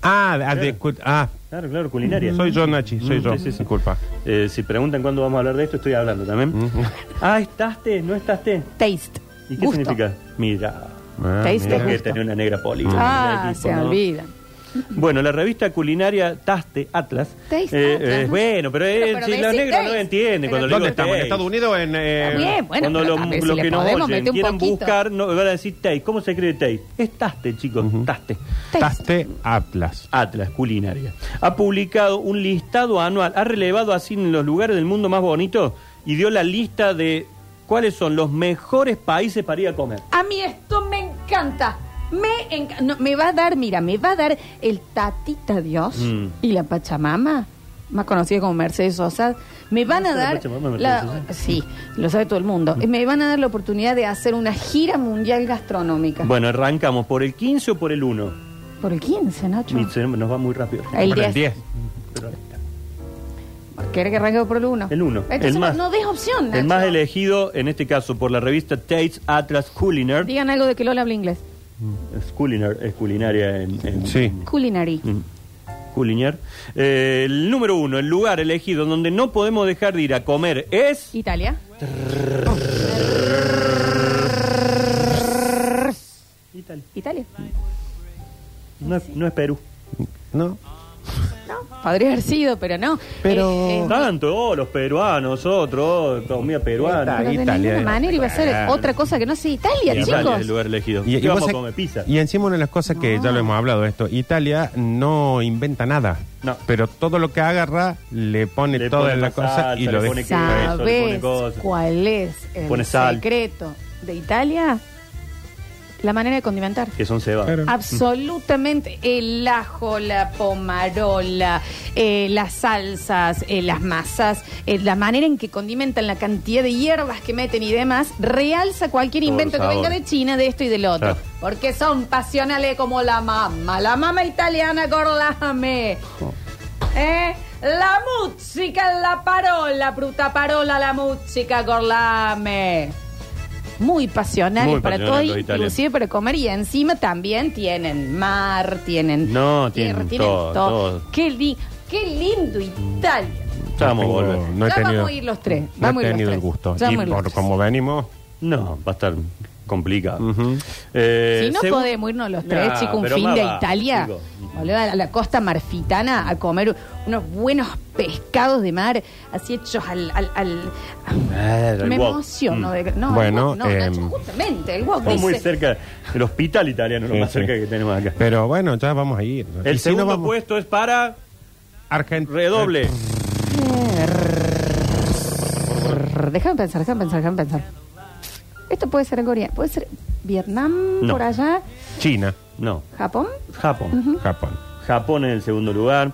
S2: Ah, ah, de- ah,
S3: Claro, claro, culinaria.
S2: soy yo, Nachi, soy
S3: Mm,
S2: yo.
S3: sí, sí, sí.
S2: Disculpa.
S3: Eh, si preguntan cuándo vamos a hablar de esto, estoy hablando también.
S2: Mm.
S3: Ah, ¿es Taste? ¿No es Taste?
S1: Taste.
S3: ¿Y qué
S1: Gusto.
S3: significa? Mira,
S2: Ah,
S1: Taste.
S2: mira.
S3: tengo que tener una negra poli.
S1: Ah,
S3: Mira, tipo,
S1: se
S3: ¿no?
S1: olvida.
S3: Bueno, la revista culinaria Taste Atlas.
S1: Taste
S3: eh,
S1: Atlas,
S3: eh,
S1: ¿no?
S3: bueno, pero, eh,
S1: Pero, pero
S3: si
S1: decí
S3: los negros no
S1: taste.
S3: entienden
S1: Pero
S3: cuando le
S2: ¿Dónde
S3: digo
S2: estamos? ¿En
S3: taste.
S2: Estados Unidos? En, eh,
S1: Está bien, bueno,
S3: Cuando
S1: pero
S3: lo,
S1: también
S3: lo
S1: si
S3: que
S1: le
S3: nos
S1: podemos
S3: oyen
S1: meter un
S3: quieran
S1: poquito.
S3: buscar, no, van a decir Tate. ¿Cómo se escribe Tate? Es Taste, chicos. Taste.
S2: Taste Atlas.
S3: Atlas Culinaria. Ha publicado un listado anual. Ha relevado así en los lugares del mundo más bonitos y dio la lista de cuáles son los mejores países para ir a comer.
S1: A mí esto me encanta. Me encanta. me va a dar, mira, me va a dar el tatita Dios
S3: Mm.
S1: y la Pachamama, más conocida como Mercedes Sosa. Me van a
S3: ¿Cómo está la
S1: dar.
S3: Pachamama,
S1: la-
S3: Mercedes Sosa? Mm.
S1: sí, lo sabe todo el mundo. Eh, Me van a dar la oportunidad de hacer una gira mundial gastronómica.
S3: Bueno, arrancamos por el 15 o por el 1.
S1: Por el 15, Nacho.
S3: Y se- Nos va muy rápido.
S1: El
S2: Bueno,
S1: 10.
S2: el 10.
S3: Pero ahí está.
S1: ¿Querés que arranque por el 1?
S3: Ah. El uno,
S1: Entonces
S3: el
S1: no-
S3: más.
S1: no des opción, Nacho.
S3: El más elegido, en este caso, por la revista Tate Atlas Culinar.
S1: Digan algo de que Lola habla inglés.
S3: Es culinar, es culinaria en... en-
S2: Sí.
S1: Culinary.
S3: Mm. Culiñar. Eh, el número uno, el lugar elegido donde no podemos dejar de ir a comer es.
S1: Italia. Italia.
S3: No, es- no es Perú.
S2: ¿No?
S1: Podría haber sido, pero no.
S2: Pero-
S1: Eh, eh,
S3: Tanto, oh, los peruanos, otros, oh, comida
S2: Ahí
S1: Pero
S3: peruana.
S1: de
S2: Italia,
S1: ninguna
S2: digamos.
S1: manera iba a ser
S2: Claro.
S1: otra cosa que no sea Italia,
S3: Italia
S1: chicos.
S3: es el lugar elegido.
S2: Y,
S3: ¿Qué
S2: y vos
S3: vamos a
S2: sabés-
S3: comer pizza.
S2: y encima una de las cosas que ya lo hemos hablado de esto, Italia no inventa nada.
S3: No.
S2: Pero todo lo que agarra le pone
S3: Le
S2: toda
S3: pone
S2: la
S3: más
S2: cosa
S3: salsa,
S2: y lo
S3: le
S2: deja.
S3: pone queso, le pone
S1: ¿Sabes
S3: cosas.
S1: cuál es el
S3: Pone sal.
S1: secreto de Italia? La manera de condimentar.
S3: Que son cebas.
S2: Claro.
S1: Absolutamente. El ajo, la pomarola, eh, las salsas, eh, las masas, eh, la manera en que condimentan, la cantidad de hierbas que meten y demás, realza cualquier
S3: Todo el
S1: invento que
S3: sabor.
S1: venga de China, de esto y del otro.
S3: Claro.
S1: Porque son pasionales como la mamá. La mamá italiana, gorlame. Eh, La música, la parola, bruta parola, la música, gorlame. Muy pasionales
S3: Muy
S1: para
S3: pasionales
S1: todo,
S3: los italianos.
S1: inclusive para comer y encima también tienen mar, tienen
S3: No, tienen todo, todo.
S1: Qué, li- qué lindo Italia.
S3: Ya vamos
S2: No
S3: a
S2: tengo-
S3: volver.
S2: No he
S1: Ya
S2: tenido,
S1: vamos a ir los tres,
S2: No
S1: vamos a
S2: he
S1: ir los
S2: tenido el
S1: tres. Ya
S2: gusto. y
S1: vamos a ir los
S2: por
S1: tres.
S2: como venimos,
S3: No, va a estar complicado.
S2: Ujú.
S3: Eh,
S1: si no
S3: segun-
S1: podemos irnos los tres,
S3: Nah,
S1: chicos, un
S3: pero
S1: fin
S3: más
S1: de
S3: va,
S1: Italia,
S3: chicos.
S1: boludo, a la costa marfitana a comer unos buenos pescados de mar, así hechos al... al, al-
S3: Ah, el
S1: me
S3: wok.
S1: emociono.
S3: Mm.
S1: de- no, el
S2: Bueno,
S1: wok no, Nacho,
S2: em,
S1: justamente, el wok
S3: Estamos muy
S1: dice-
S3: cerca del hospital italiano, lo
S2: Sí,
S3: más
S2: sí.
S3: cerca que tenemos acá.
S2: pero bueno, ya vamos Eh, a ir. Y si
S3: El
S2: no
S3: segundo
S2: vamos-
S3: puesto es para
S2: Argentina.
S3: Redoble.
S1: Déjame pensar, déjame pensar, déjame pensar. Esto puede ser Corea, puede ser Vietnam,
S3: No.
S1: por allá,
S2: China,
S3: No.
S1: Japón.
S3: Japón.
S2: Japón.
S3: Japón en el segundo lugar,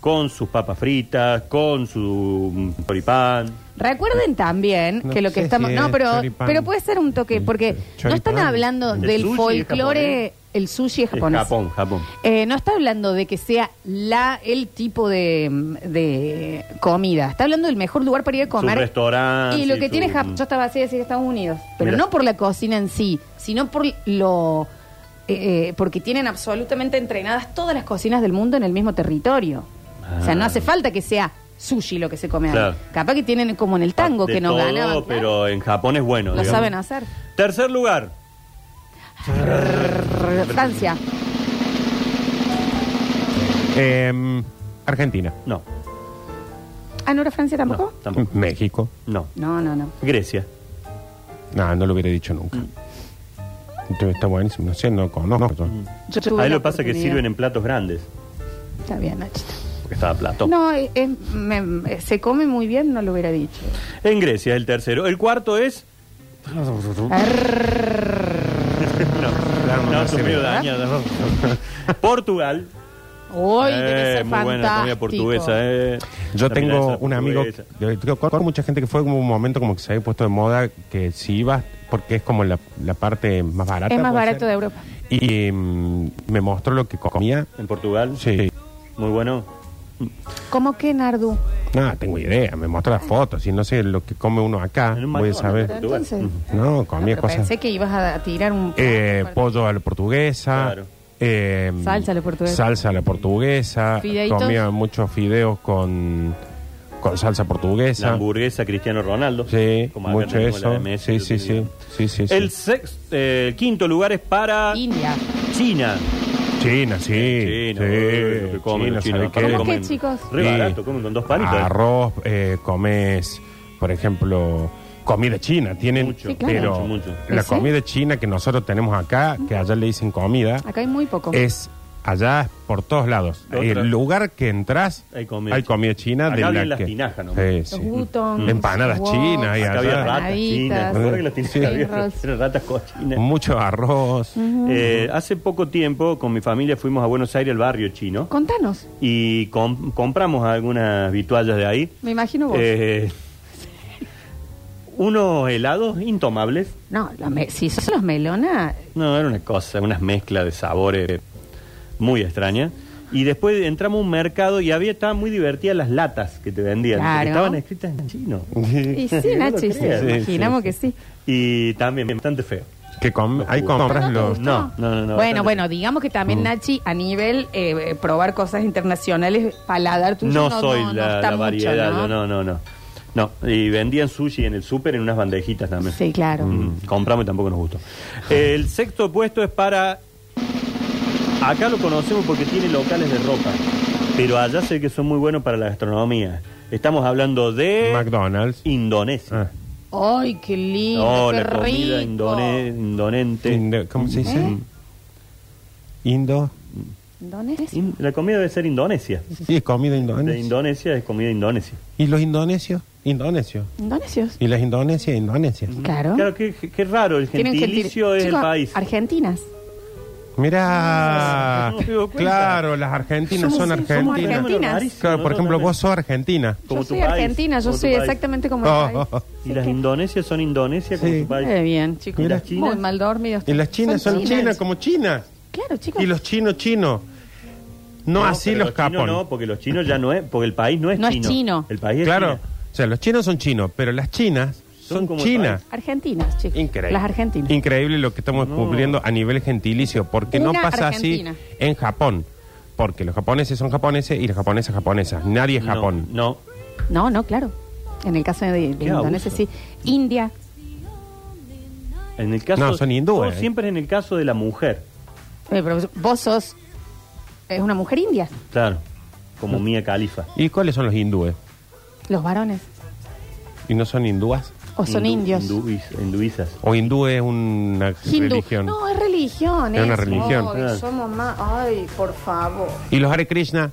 S3: con sus papas fritas, con su mm, choripán.
S1: Recuerden también
S2: No
S1: que lo que
S2: sé
S1: estamos.
S2: si
S1: no,
S2: es
S1: pero,
S2: choripán.
S1: pero puede ser un toque, porque no están
S2: Choripán.
S1: hablando
S3: El
S1: del
S3: sushi es
S1: folclore.
S3: japonés.
S1: El sushi es
S3: Es
S1: japonés.
S3: Japón, Japón.
S1: Eh, no está hablando de que sea la el tipo de, de comida. Está hablando del mejor lugar para ir a comer.
S3: Sus restaurantes
S1: Y lo
S3: y
S1: que
S3: su- mm,
S1: tiene Japón. Yo estaba así decir Estados Unidos. Pero
S3: Mira.
S1: no por la cocina en sí, sino por lo. eh, eh, porque tienen absolutamente entrenadas todas las cocinas del mundo en el mismo territorio. O sea, no
S3: Ah.
S1: hace falta que sea sushi lo que se come ahí.
S3: Claro. Ah,
S1: Capaz que tienen como en el tango
S3: De
S1: que no
S3: todo,
S1: ganaban. claro.
S3: Pero en Japón es bueno.
S1: lo
S3: digamos.
S1: saben hacer.
S3: Tercer lugar.
S1: Francia.
S2: Em, Argentina.
S3: No,
S1: Ah, no era Francia
S3: no,
S1: tampoco.
S3: tampoco.
S2: México.
S3: No.
S1: No, no, no.
S3: Grecia.
S2: No, no lo hubiera dicho nunca. Entonces está buenísimo. No sé, no conozco. yo.
S3: Mm.
S1: Yo tuve
S3: Ahí
S1: la
S3: lo que pasa es que
S1: oportunidad.
S3: sirven en platos grandes.
S1: Está bien, Nachito.
S3: Porque estaba Platón.
S1: No, eh, eh, me- me- se come muy bien, no lo hubiera dicho.
S3: En Grecia es el tercero. El cuarto es.
S2: no,
S3: No, no,
S2: no
S3: son
S2: se
S3: medio
S2: ve.
S3: dañadas. Portugal.
S1: Hoy
S3: Eh, muy buena la comida portuguesa. eh.
S2: Yo
S3: La
S2: tengo
S3: milanesa
S2: un amigo,
S3: portuguesa.
S2: yo creo que con mucha gente que fue como un momento como que se había puesto de moda, que si ibas, porque es como la, la parte más barata.
S1: Es más
S2: puede
S1: barato
S2: ser.
S1: de Europa.
S2: Y mm, me mostró lo que comía.
S3: En Portugal.
S2: Sí.
S3: Muy bueno.
S1: ¿Cómo que Nardu?
S2: Nada, tengo idea. Me mostró las fotos y no sé lo que come uno acá.
S3: En un
S2: Voy a
S3: McDonald's,
S2: saber.
S3: Portugal.
S1: Entonces,
S3: Ujú.
S2: No,
S1: No,
S2: comía
S1: pero
S2: cosas.
S1: pensé que ibas a tirar un
S2: Eh, pollo a la portuguesa.
S3: Claro.
S2: eh,
S1: Salsa a la portuguesa.
S2: Salsa a la portuguesa.
S1: Fideitos.
S2: Comía muchos fideos con, con salsa
S3: La
S2: portuguesa.
S3: hamburguesa Cristiano Ronaldo.
S2: Sí,
S3: acá
S2: mucho
S3: tenemos la
S2: eso.
S3: de Messi,
S2: Sí,
S3: lo
S2: sí,
S3: tiene.
S2: sí, sí, sí, sí.
S3: El sexto, eh, quinto lugar es para
S1: India.
S3: China.
S2: China, sí.
S3: China,
S2: sí,
S3: uy, lo que comen los
S2: China,
S3: chinos.
S2: ¿sabe
S3: Aparte
S1: ¿Cómo
S2: qué?
S3: comen
S1: qué, chicos?
S3: Re
S2: Sí.
S3: barato, comen con dos palitos. eh.
S2: Arroz, eh, comes, por ejemplo, comida china. Tienen,
S3: Mucho, Sí,
S1: claro.
S2: pero
S3: mucho, mucho.
S2: la
S1: ¿Sí?
S2: comida china que nosotros tenemos acá, que allá le dicen comida,
S1: Acá hay muy poco.
S2: es allá por todos lados.
S3: Otra.
S2: El lugar que entras,
S3: Hay comida
S2: china.
S3: Acá
S2: de
S3: había
S2: la
S3: las
S2: que-
S3: tinajas nomás.
S2: Sí,
S1: Los
S2: sí. Mm.
S1: wontons,
S2: Empanadas
S1: los
S2: chinas
S1: woks,
S2: y
S3: Acá había
S2: allá.
S3: ratas chinas. ¿Te acuerdas que las tinas
S2: Sí.
S3: había
S1: Perros.
S3: eran ratas cochinas?
S2: Mucho arroz.
S3: Eh, hace poco tiempo con mi familia fuimos a Buenos Aires, al barrio chino,
S1: Contanos.
S3: y com- compramos algunas vituallas de ahí.
S1: Me imagino vos.
S3: Eh, unos helados intomables.
S1: no, la me- si sos los melonas,
S3: No, era una cosa, unas mezclas de sabores muy extrañas. Y después entramos a un mercado y había, estaban muy divertidas las latas que te vendían. porque
S1: Claro.
S3: Estaban escritas en chino.
S1: y sí,
S3: No lo
S1: Nachi, sí,
S3: creas. Sí,
S1: imaginamos
S3: sí,
S1: que sí.
S3: Y también bastante feo.
S2: Que com-
S3: Los
S2: ahí
S3: jugos.
S2: compras
S1: ¿No te
S2: los.
S1: gustó?
S3: No, no, no, no,
S1: bueno,
S3: bastante. Mm.
S1: bueno, digamos que también, Nachi, a nivel eh, eh, probar cosas internacionales, paladar tuyo
S3: No,
S1: no,
S3: soy
S1: no, no
S3: la,
S1: está
S3: la
S1: mucho,
S3: variedad,
S1: ¿no?
S3: yo no, no, no. No, y vendían sushi en el súper en unas bandejitas también.
S1: Sí, claro.
S3: Mm, compramos y tampoco nos gustó. El sexto puesto es para... Acá lo conocemos porque tiene locales de ropa, pero allá sé que son muy buenos para la gastronomía. Estamos hablando de...
S2: McDonald's.
S3: Indonesia.
S2: Ah,
S1: Ay, qué lindo,
S3: Oh,
S1: qué
S3: la
S1: rico.
S3: comida indone- indonente. Mm,
S2: indo- ¿Cómo se dice? Indo.
S1: ¿Indonesia?
S3: In- la comida debe ser indonesia.
S2: Sí, comida
S3: De
S2: indonesia.
S3: Indonesia es comida indonesia.
S2: ¿Y los indonesios? Indonesios.
S1: ¿Indonesios?
S2: ¿Y las indonesias? Indonesias.
S1: Claro.
S3: Claro, qué, qué raro, el
S1: Tienen gentil-
S3: Mm. gentilicio es
S1: Chicos,
S3: el país.
S1: Argentinas.
S2: Mira,
S3: No me doy cuenta.
S2: claro, las argentinas son
S1: Somos- sí, somos
S2: argentinas.
S1: argentinas.
S2: Claro, por ejemplo, vos sos argentina.
S3: Como
S1: yo
S3: tu
S1: soy
S3: país,
S1: argentina, yo
S3: como tu
S1: soy
S3: país.
S1: exactamente como
S2: Oh,
S1: el
S2: oh,
S1: país.
S2: oh.
S3: Y las indonesias son Indonesia como
S2: Sí.
S3: tu
S1: Muy
S3: país.
S1: Eh, bien, chicos.
S2: Mira.
S3: China.
S1: Muy mal dormidos.
S2: Y las chinas son chinas como chinas.
S1: Claro, chicos.
S2: Y los chinos chinos. No, así
S3: pero
S2: los,
S3: chinos
S2: capón.
S3: No, porque los chinos ya no es, porque el país no es
S1: No es
S3: chino.
S1: chino.
S3: El país es
S2: Claro,
S3: China.
S2: o sea, los chinos son chinos, pero las chinas
S3: Son
S2: son
S3: como
S2: chinas.
S1: Argentinas, chicos.
S2: Increíble.
S1: Las argentinas.
S2: Increíble lo que estamos descubriendo a nivel gentilicio, porque no
S1: Una
S2: pasa
S1: Argentina.
S2: así en Japón. Porque los japoneses son japoneses y las japonesas japonesas. Nadie es
S3: No,
S2: Japón.
S3: No,
S1: No, no, claro. En el caso de, de
S3: Qué
S1: Indonesia,
S3: abuso.
S1: sí. India.
S3: En el caso.
S2: No, son hindúes.
S3: todo Siempre en el caso de la mujer.
S1: Eh, pero vos sos. Es una mujer india.
S3: Claro. Como Mía Califa.
S2: ¿Y cuáles son los hindúes?
S1: Los varones.
S2: ¿Y no son hindúas?
S1: O son indios. Oh,
S3: hinduizas.
S2: ¿O hindú es una
S1: Hindú.
S2: religión?
S1: No, es religión.
S2: Es una
S1: eso.
S2: religión.
S1: Ay,
S3: Ah.
S1: somos más. Ay, por favor.
S2: ¿Y los Hare Krishna?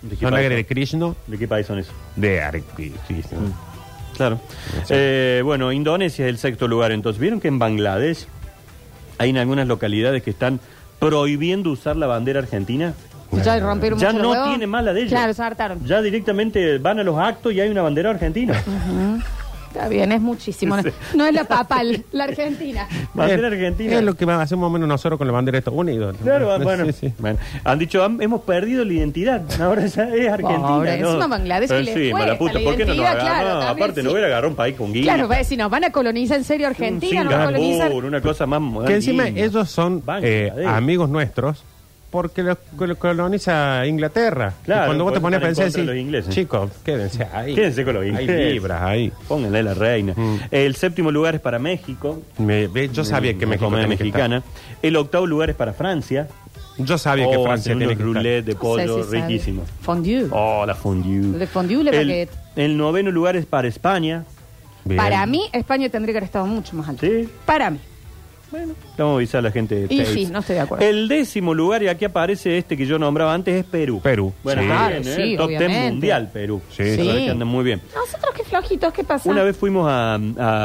S3: ¿De qué
S2: No
S3: país
S2: negre de
S3: son?
S2: Krishna,
S3: ¿De qué país son esos?
S2: de Hare Krishna. Mm.
S3: Claro.
S2: Sí.
S3: Eh, bueno, Indonesia es el sexto lugar. Entonces, ¿vieron que en Bangladesh hay en algunas localidades que están prohibiendo usar la bandera argentina?
S1: Ya rompieron
S3: Ya
S1: mucho los
S3: no
S1: huevos.
S3: tiene mala de ellos.
S1: Claro, se hartaron.
S3: Ya directamente van a los actos y hay una bandera argentina.
S1: Está bien, es muchísimo. No, no es la papal, la argentina.
S3: bandera
S2: Es-
S3: argentina.
S2: Es lo que hacemos más o menos nosotros con la bandera de Estados Unidos.
S3: Claro, ah,
S2: Sí,
S3: bueno,
S2: sí.
S3: bueno. Han dicho, "Ham- hemos perdido la identidad. Ahora ya es Argentina.
S1: Pobre,
S3: ¿no?
S1: encima Bangladesh que le
S3: Encima,
S1: fue
S3: la puta,
S1: la
S3: ¿por qué no nos
S1: identidad? Claro,
S3: agarramos?
S1: también,
S3: Aparte,
S1: sí.
S3: no hubiera agarrado un país con guía.
S1: Claro, va a decir, no, van a colonizar en serio Argentina, no van a colonizar.
S3: Una cosa más moderna.
S2: Que encima
S3: India.
S2: ellos son eh,
S3: Bangladesh.
S2: amigos nuestros porque los col- coloniza Inglaterra.
S3: Claro,
S2: y cuando vos te
S3: porque
S2: pones a
S3: están
S2: pensar,
S3: en contra
S2: sí,
S3: de los ingleses.
S2: chicos, quédense ahí.
S3: Quédense con los ingleses.
S2: Hay libras ahí.
S3: Pónganle la reina.
S2: Mm.
S3: El séptimo lugar es para México.
S2: Me- ve, yo sabía que
S3: me
S2: México tenía que
S3: Mm, mexicana. El octavo lugar es para Francia.
S2: estar. Yo sabía que
S3: Oh,
S2: Francia
S3: hacen
S2: tiene
S3: unos
S2: que estar.
S3: roulette de
S1: No sé
S3: pollo
S1: si sabe.
S3: riquísimo.
S1: Fondue.
S3: Oh, la fondue.
S1: De fondue, la
S3: el,
S1: baguette.
S3: el noveno lugar es para España.
S2: Bien.
S1: Para mí, España tendría que haber estado mucho más alto.
S3: Sí.
S1: Para mí.
S3: Bueno, vamos a avisar a la gente de
S1: Y
S3: Tails.
S1: sí, no estoy de acuerdo.
S3: El décimo lugar, y aquí aparece este que yo nombraba antes, es Perú.
S2: Perú,
S3: Bueno,
S2: sí.
S3: está
S1: Claro,
S3: bien,
S1: sí,
S3: ¿eh? Top
S1: obviamente. Ah.
S3: 10 mundial, Perú.
S2: Sí,
S3: La verdad
S1: sí.
S3: que andan muy bien.
S1: Nosotros qué flojitos, ¿qué pasa?
S3: Una vez fuimos a,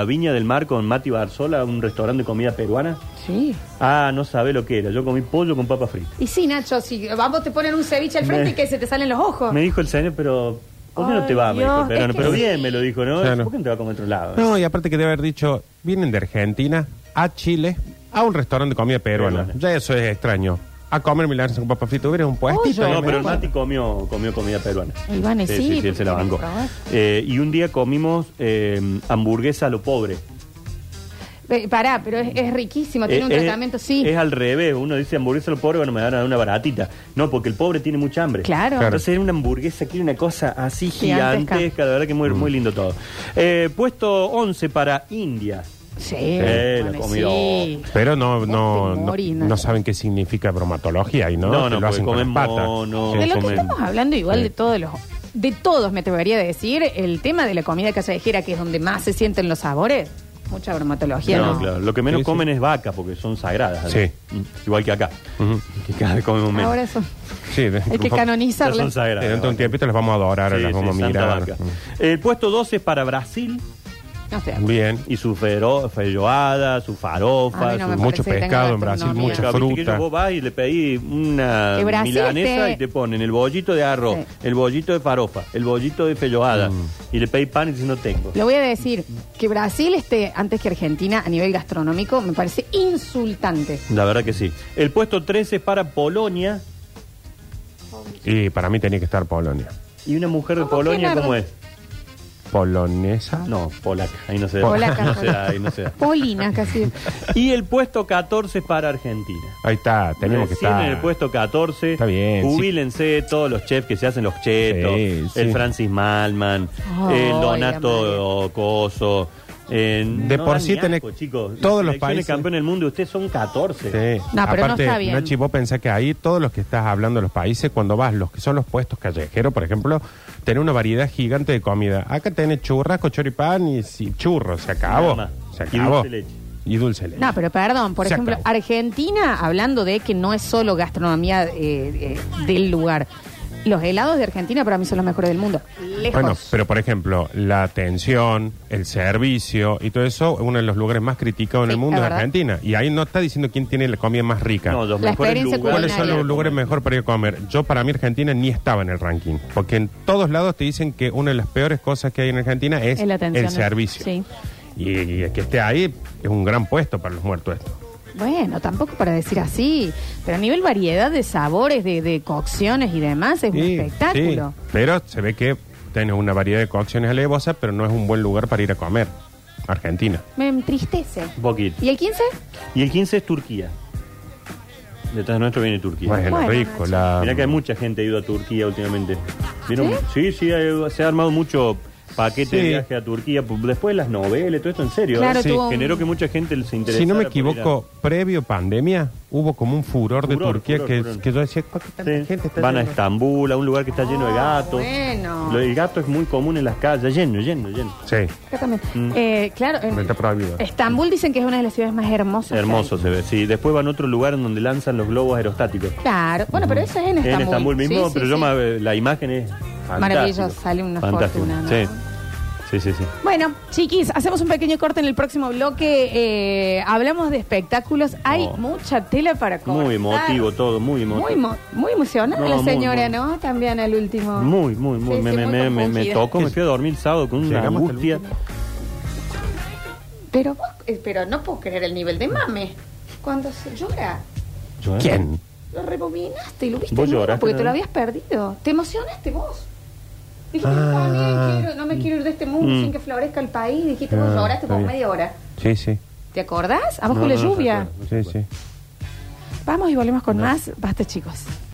S3: a Viña del Mar con Mati Barzola, a un restaurante de comida peruana.
S1: Sí.
S3: Ah, no sabe lo que era. Yo comí pollo con papa frita.
S1: Y sí, Nacho, si vamos te ponen un ceviche al frente
S3: Me-
S1: y que se te salen los ojos.
S3: Me dijo el señor, pero ¿por qué no te va? Me
S1: Oh. Ay,
S3: dijo
S1: Dios,
S3: el peruano.
S1: es que
S3: Pero
S1: sí.
S3: bien me lo dijo, ¿no?
S2: Claro.
S3: ¿Por qué no te va a comer a otro lado?
S2: No, y aparte que debe haber dicho, vienen de Argentina a Chile a un restaurante de comida peruana.
S3: Peruana.
S2: Ya eso es extraño. A comer milanes con papas fritas, hubiera un puestito.
S1: Pollo.
S3: No,
S2: ¿eh?
S3: pero el Mati comió, comió comida peruana.
S1: Y bueno, y
S3: sí,
S1: sí,
S3: sí, sí, él
S1: porque
S3: se la
S1: tiene que
S3: bancó.
S1: probar.
S3: Eh, y un día comimos eh, hamburguesa a lo pobre.
S1: Ve, Pará, pero es, es riquísimo, tiene
S3: Eh,
S1: un
S3: es-
S1: tratamiento, sí.
S3: Es al revés. Uno dice hamburguesa a lo pobre, bueno, me van a dar una baratita. No, porque el pobre tiene mucha hambre.
S1: Claro.
S2: Claro.
S3: Entonces era una hamburguesa que era una cosa así
S1: Gigantesca.
S3: gigantesca. La verdad que
S2: Mm.
S3: muy, muy lindo todo. Eh, puesto 11 para India.
S1: Sí.
S3: Eh,
S1: bueno,
S3: la comida.
S1: sí.
S2: Pero no,
S1: Vos
S2: no,
S1: te
S2: no,
S1: morís,
S2: no
S1: Nacho.
S2: saben qué significa bromatología y no,
S3: No,
S2: que
S3: no,
S2: lo
S3: porque
S2: hacen con las
S3: comen
S2: patas.
S3: mono,
S2: Sí,
S1: De lo que
S2: comen-
S1: estamos hablando, igual
S2: Sí.
S1: de todos los. De todos, me atrevería a decir, el tema de la comida callejera, que es donde más se sienten los sabores, mucha bromatología, ¿no?
S3: No, claro. Lo que menos
S2: Sí, sí.
S3: comen es vaca, porque son sagradas.
S2: Sí.
S3: Mm, Igual que acá.
S2: Ujú.
S3: Que cada vez comemos menos.
S1: Ahora eso.
S2: Sí, de-
S1: Hay que
S3: Ya
S1: canonizarla.
S3: son
S2: Sí,
S3: sagradas.
S2: dentro de un tiempito las vamos a adorar,
S3: Sí,
S2: las
S3: sí,
S2: vamos a
S3: Santa
S2: mirar. Mm.
S3: Vaca. El puesto 12 es para Brasil
S1: No sé.
S2: Bien.
S3: y su fero- felloada, su
S1: A
S3: farofa,
S1: mí no
S3: su-
S1: me
S2: mucho
S1: parece que tenga
S2: pescado en
S1: gastronomía.
S2: Brasil, mucha
S3: Viste que
S2: fruta.
S3: yo vos vas y le pedí una
S1: Que Brasil
S3: milanesa
S1: esté-
S3: y te ponen el bollito de arroz,
S1: Sí.
S3: el bollito de farofa, el bollito de felloada
S2: Mm.
S3: y le pedí pan y dices no tengo.
S1: Lo voy a decir, que Brasil esté antes que Argentina a nivel gastronómico me parece insultante.
S3: La verdad que sí. El puesto 13 es para Polonia
S2: Y para mí tenía que estar Polonia.
S3: y una mujer de
S1: ¿Cómo
S3: Polonia
S1: que
S3: ¿cómo
S1: no?
S3: es?
S2: ¿Polonesa?
S3: No, polaca, ahí no se da.
S1: Polaca.
S3: No se da, ahí no se da.
S1: Polina casi.
S3: Y el puesto 14 es para Argentina.
S2: Ahí está, tenemos que
S3: Recién
S2: estar.
S3: en el puesto 14.
S2: Está bien,
S3: Jubílense todos los chefs que se hacen los chetos.
S2: Sí, sí.
S3: El Francis Malman,
S1: Oh,
S3: el
S1: la
S3: Donato Coso. en-
S2: De por
S3: dan
S2: sí
S3: ni
S2: tenés
S3: asco, chicos.
S2: todos los
S3: Selecciones
S2: países.
S3: campeón del mundo y ustedes son 14.
S2: Sí.
S1: No, pero no
S2: Aparte,
S1: está bien.
S2: Nachi, vos pensás que ahí todos los que estás hablando de los países, cuando vas, los que son los puestos callejeros, por ejemplo, tenés una variedad gigante de comida. Acá tenés churrasco, choripán y si- churros, se acabó.
S3: Nada más.
S2: Se
S3: Y
S2: acabó.
S3: dulce leche.
S2: Y dulce leche.
S1: No, pero perdón, por
S2: Se
S1: ejemplo,
S2: acabó.
S1: Argentina, hablando de que no es solo gastronomía eh, eh, del lugar, los helados de Argentina para mí son los mejores del mundo. Lejos.
S2: Bueno, pero por ejemplo, la atención, el servicio y todo eso, uno de los lugares más criticados en
S1: Sí,
S2: el mundo
S1: la
S2: es
S1: verdad.
S2: Argentina. Y ahí no está diciendo quién tiene la comida más rica.
S3: No, los
S1: La
S3: mejores
S1: experiencia
S3: lugares.
S2: ¿Cuáles son
S1: culinaria.
S2: los lugares mejor para ir a comer? Yo, para mí, Argentina ni estaba en el ranking. Porque en todos lados te dicen que una de las peores cosas que hay en Argentina es
S1: Es la atención,
S2: el servicio.
S1: sí.
S2: Y, y que esté ahí es un gran puesto para los muertos. Esto.
S1: Bueno, tampoco para decir así, pero a nivel variedad de sabores, de, de cocciones y demás, es
S2: Sí,
S1: un espectáculo.
S2: sí. Pero se ve que tiene una variedad de cocciones alevosas, pero no es un buen lugar para ir a comer. Argentina.
S1: Me entristece.
S3: Un poquito.
S1: ¿Y el 15?
S3: Y el 15 es Turquía. Detrás nuestro viene Turquía.
S2: Bueno,
S1: Bueno,
S2: rico.
S1: Nacho.
S2: La...
S3: Mirá que hay mucha gente que ha ido a Turquía últimamente. ¿Vieron? Sí, sí, hay- se ha armado mucho paquete de
S2: Sí.
S3: viaje a Turquía, pu- después las novelas, todo esto en serio.
S1: Claro,
S3: Sí.
S1: tuvo un-
S3: Generó que mucha gente se interesara.
S2: Si no me
S3: por ir a-
S2: equivoco, previo pandemia hubo como un furor, de
S3: Furor,
S2: Turquía
S3: furor,
S2: que,
S3: furor.
S2: que yo decía, ¿por qué tanta
S3: Sí,
S2: gente está
S3: Van a
S2: yendo?
S3: Estambul, a un lugar que está lleno de gatos.
S1: Ah, bueno.
S3: Lo- El gato es muy común en las calles, lleno, lleno, lleno.
S2: Sí,
S1: Acá también.
S3: Mm.
S1: Eh, claro, en-
S2: me está prohibido.
S1: Estambul dicen que es una de las ciudades más hermosas. que hay.
S3: Hermoso se ve. Sí, después van a otro lugar en donde lanzan los globos aerostáticos.
S1: Claro. Bueno, pero eso es en Estambul.
S3: En Estambul mismo,
S1: Sí, sí,
S3: pero yo
S1: sí.
S3: me- la imagen es fantástica.
S1: Maravilloso, sale una
S3: Fantástico.
S1: fortuna, ¿no?
S3: Sí. Sí, sí, sí.
S1: Bueno, chiquis, hacemos un pequeño corte en el próximo bloque. eh, hablamos de espectáculos. Hay
S3: No.
S1: mucha tela para cortar.
S3: Oh. Muy emotivo todo, muy
S1: Muy,
S3: emotivo.
S1: emo- muy emocionante
S3: No,
S1: la
S3: muy,
S1: señora,
S3: muy.
S1: ¿no? También al último.
S3: Muy, muy, muy.
S1: Sí,
S3: me,
S1: sí,
S3: me,
S1: muy
S3: me- me- me
S1: confundida.
S3: tocó, me fui a dormir el sábado con una
S2: Llegamos hasta el
S3: angustia.
S1: Pero vos, eh, pero no puedo creer el nivel de mame. Cuando se llora,
S3: Yo, ¿eh?
S2: ¿Quién?
S1: lo rebobinaste y lo viste.
S3: Vos
S1: ¿no?
S3: lloraste,
S1: Porque te
S3: ¿no?
S1: lo habías perdido. Te emocionaste vos. Dijiste,
S2: Ah.
S1: "Está bien, quiero- no me quiero ir de este mundo
S3: Mm.
S1: sin que florezca el país. Dijiste, vos
S2: Ah,
S1: lloraste
S2: está
S1: por
S2: bien.
S1: media hora.
S2: Sí, sí,
S1: ¿Te acordás? Abajo
S3: No,
S1: la
S3: no, no se
S1: lluvia.
S3: acuerda.
S2: sí, sí.
S1: Vamos y volvemos con más. Basta, chicos.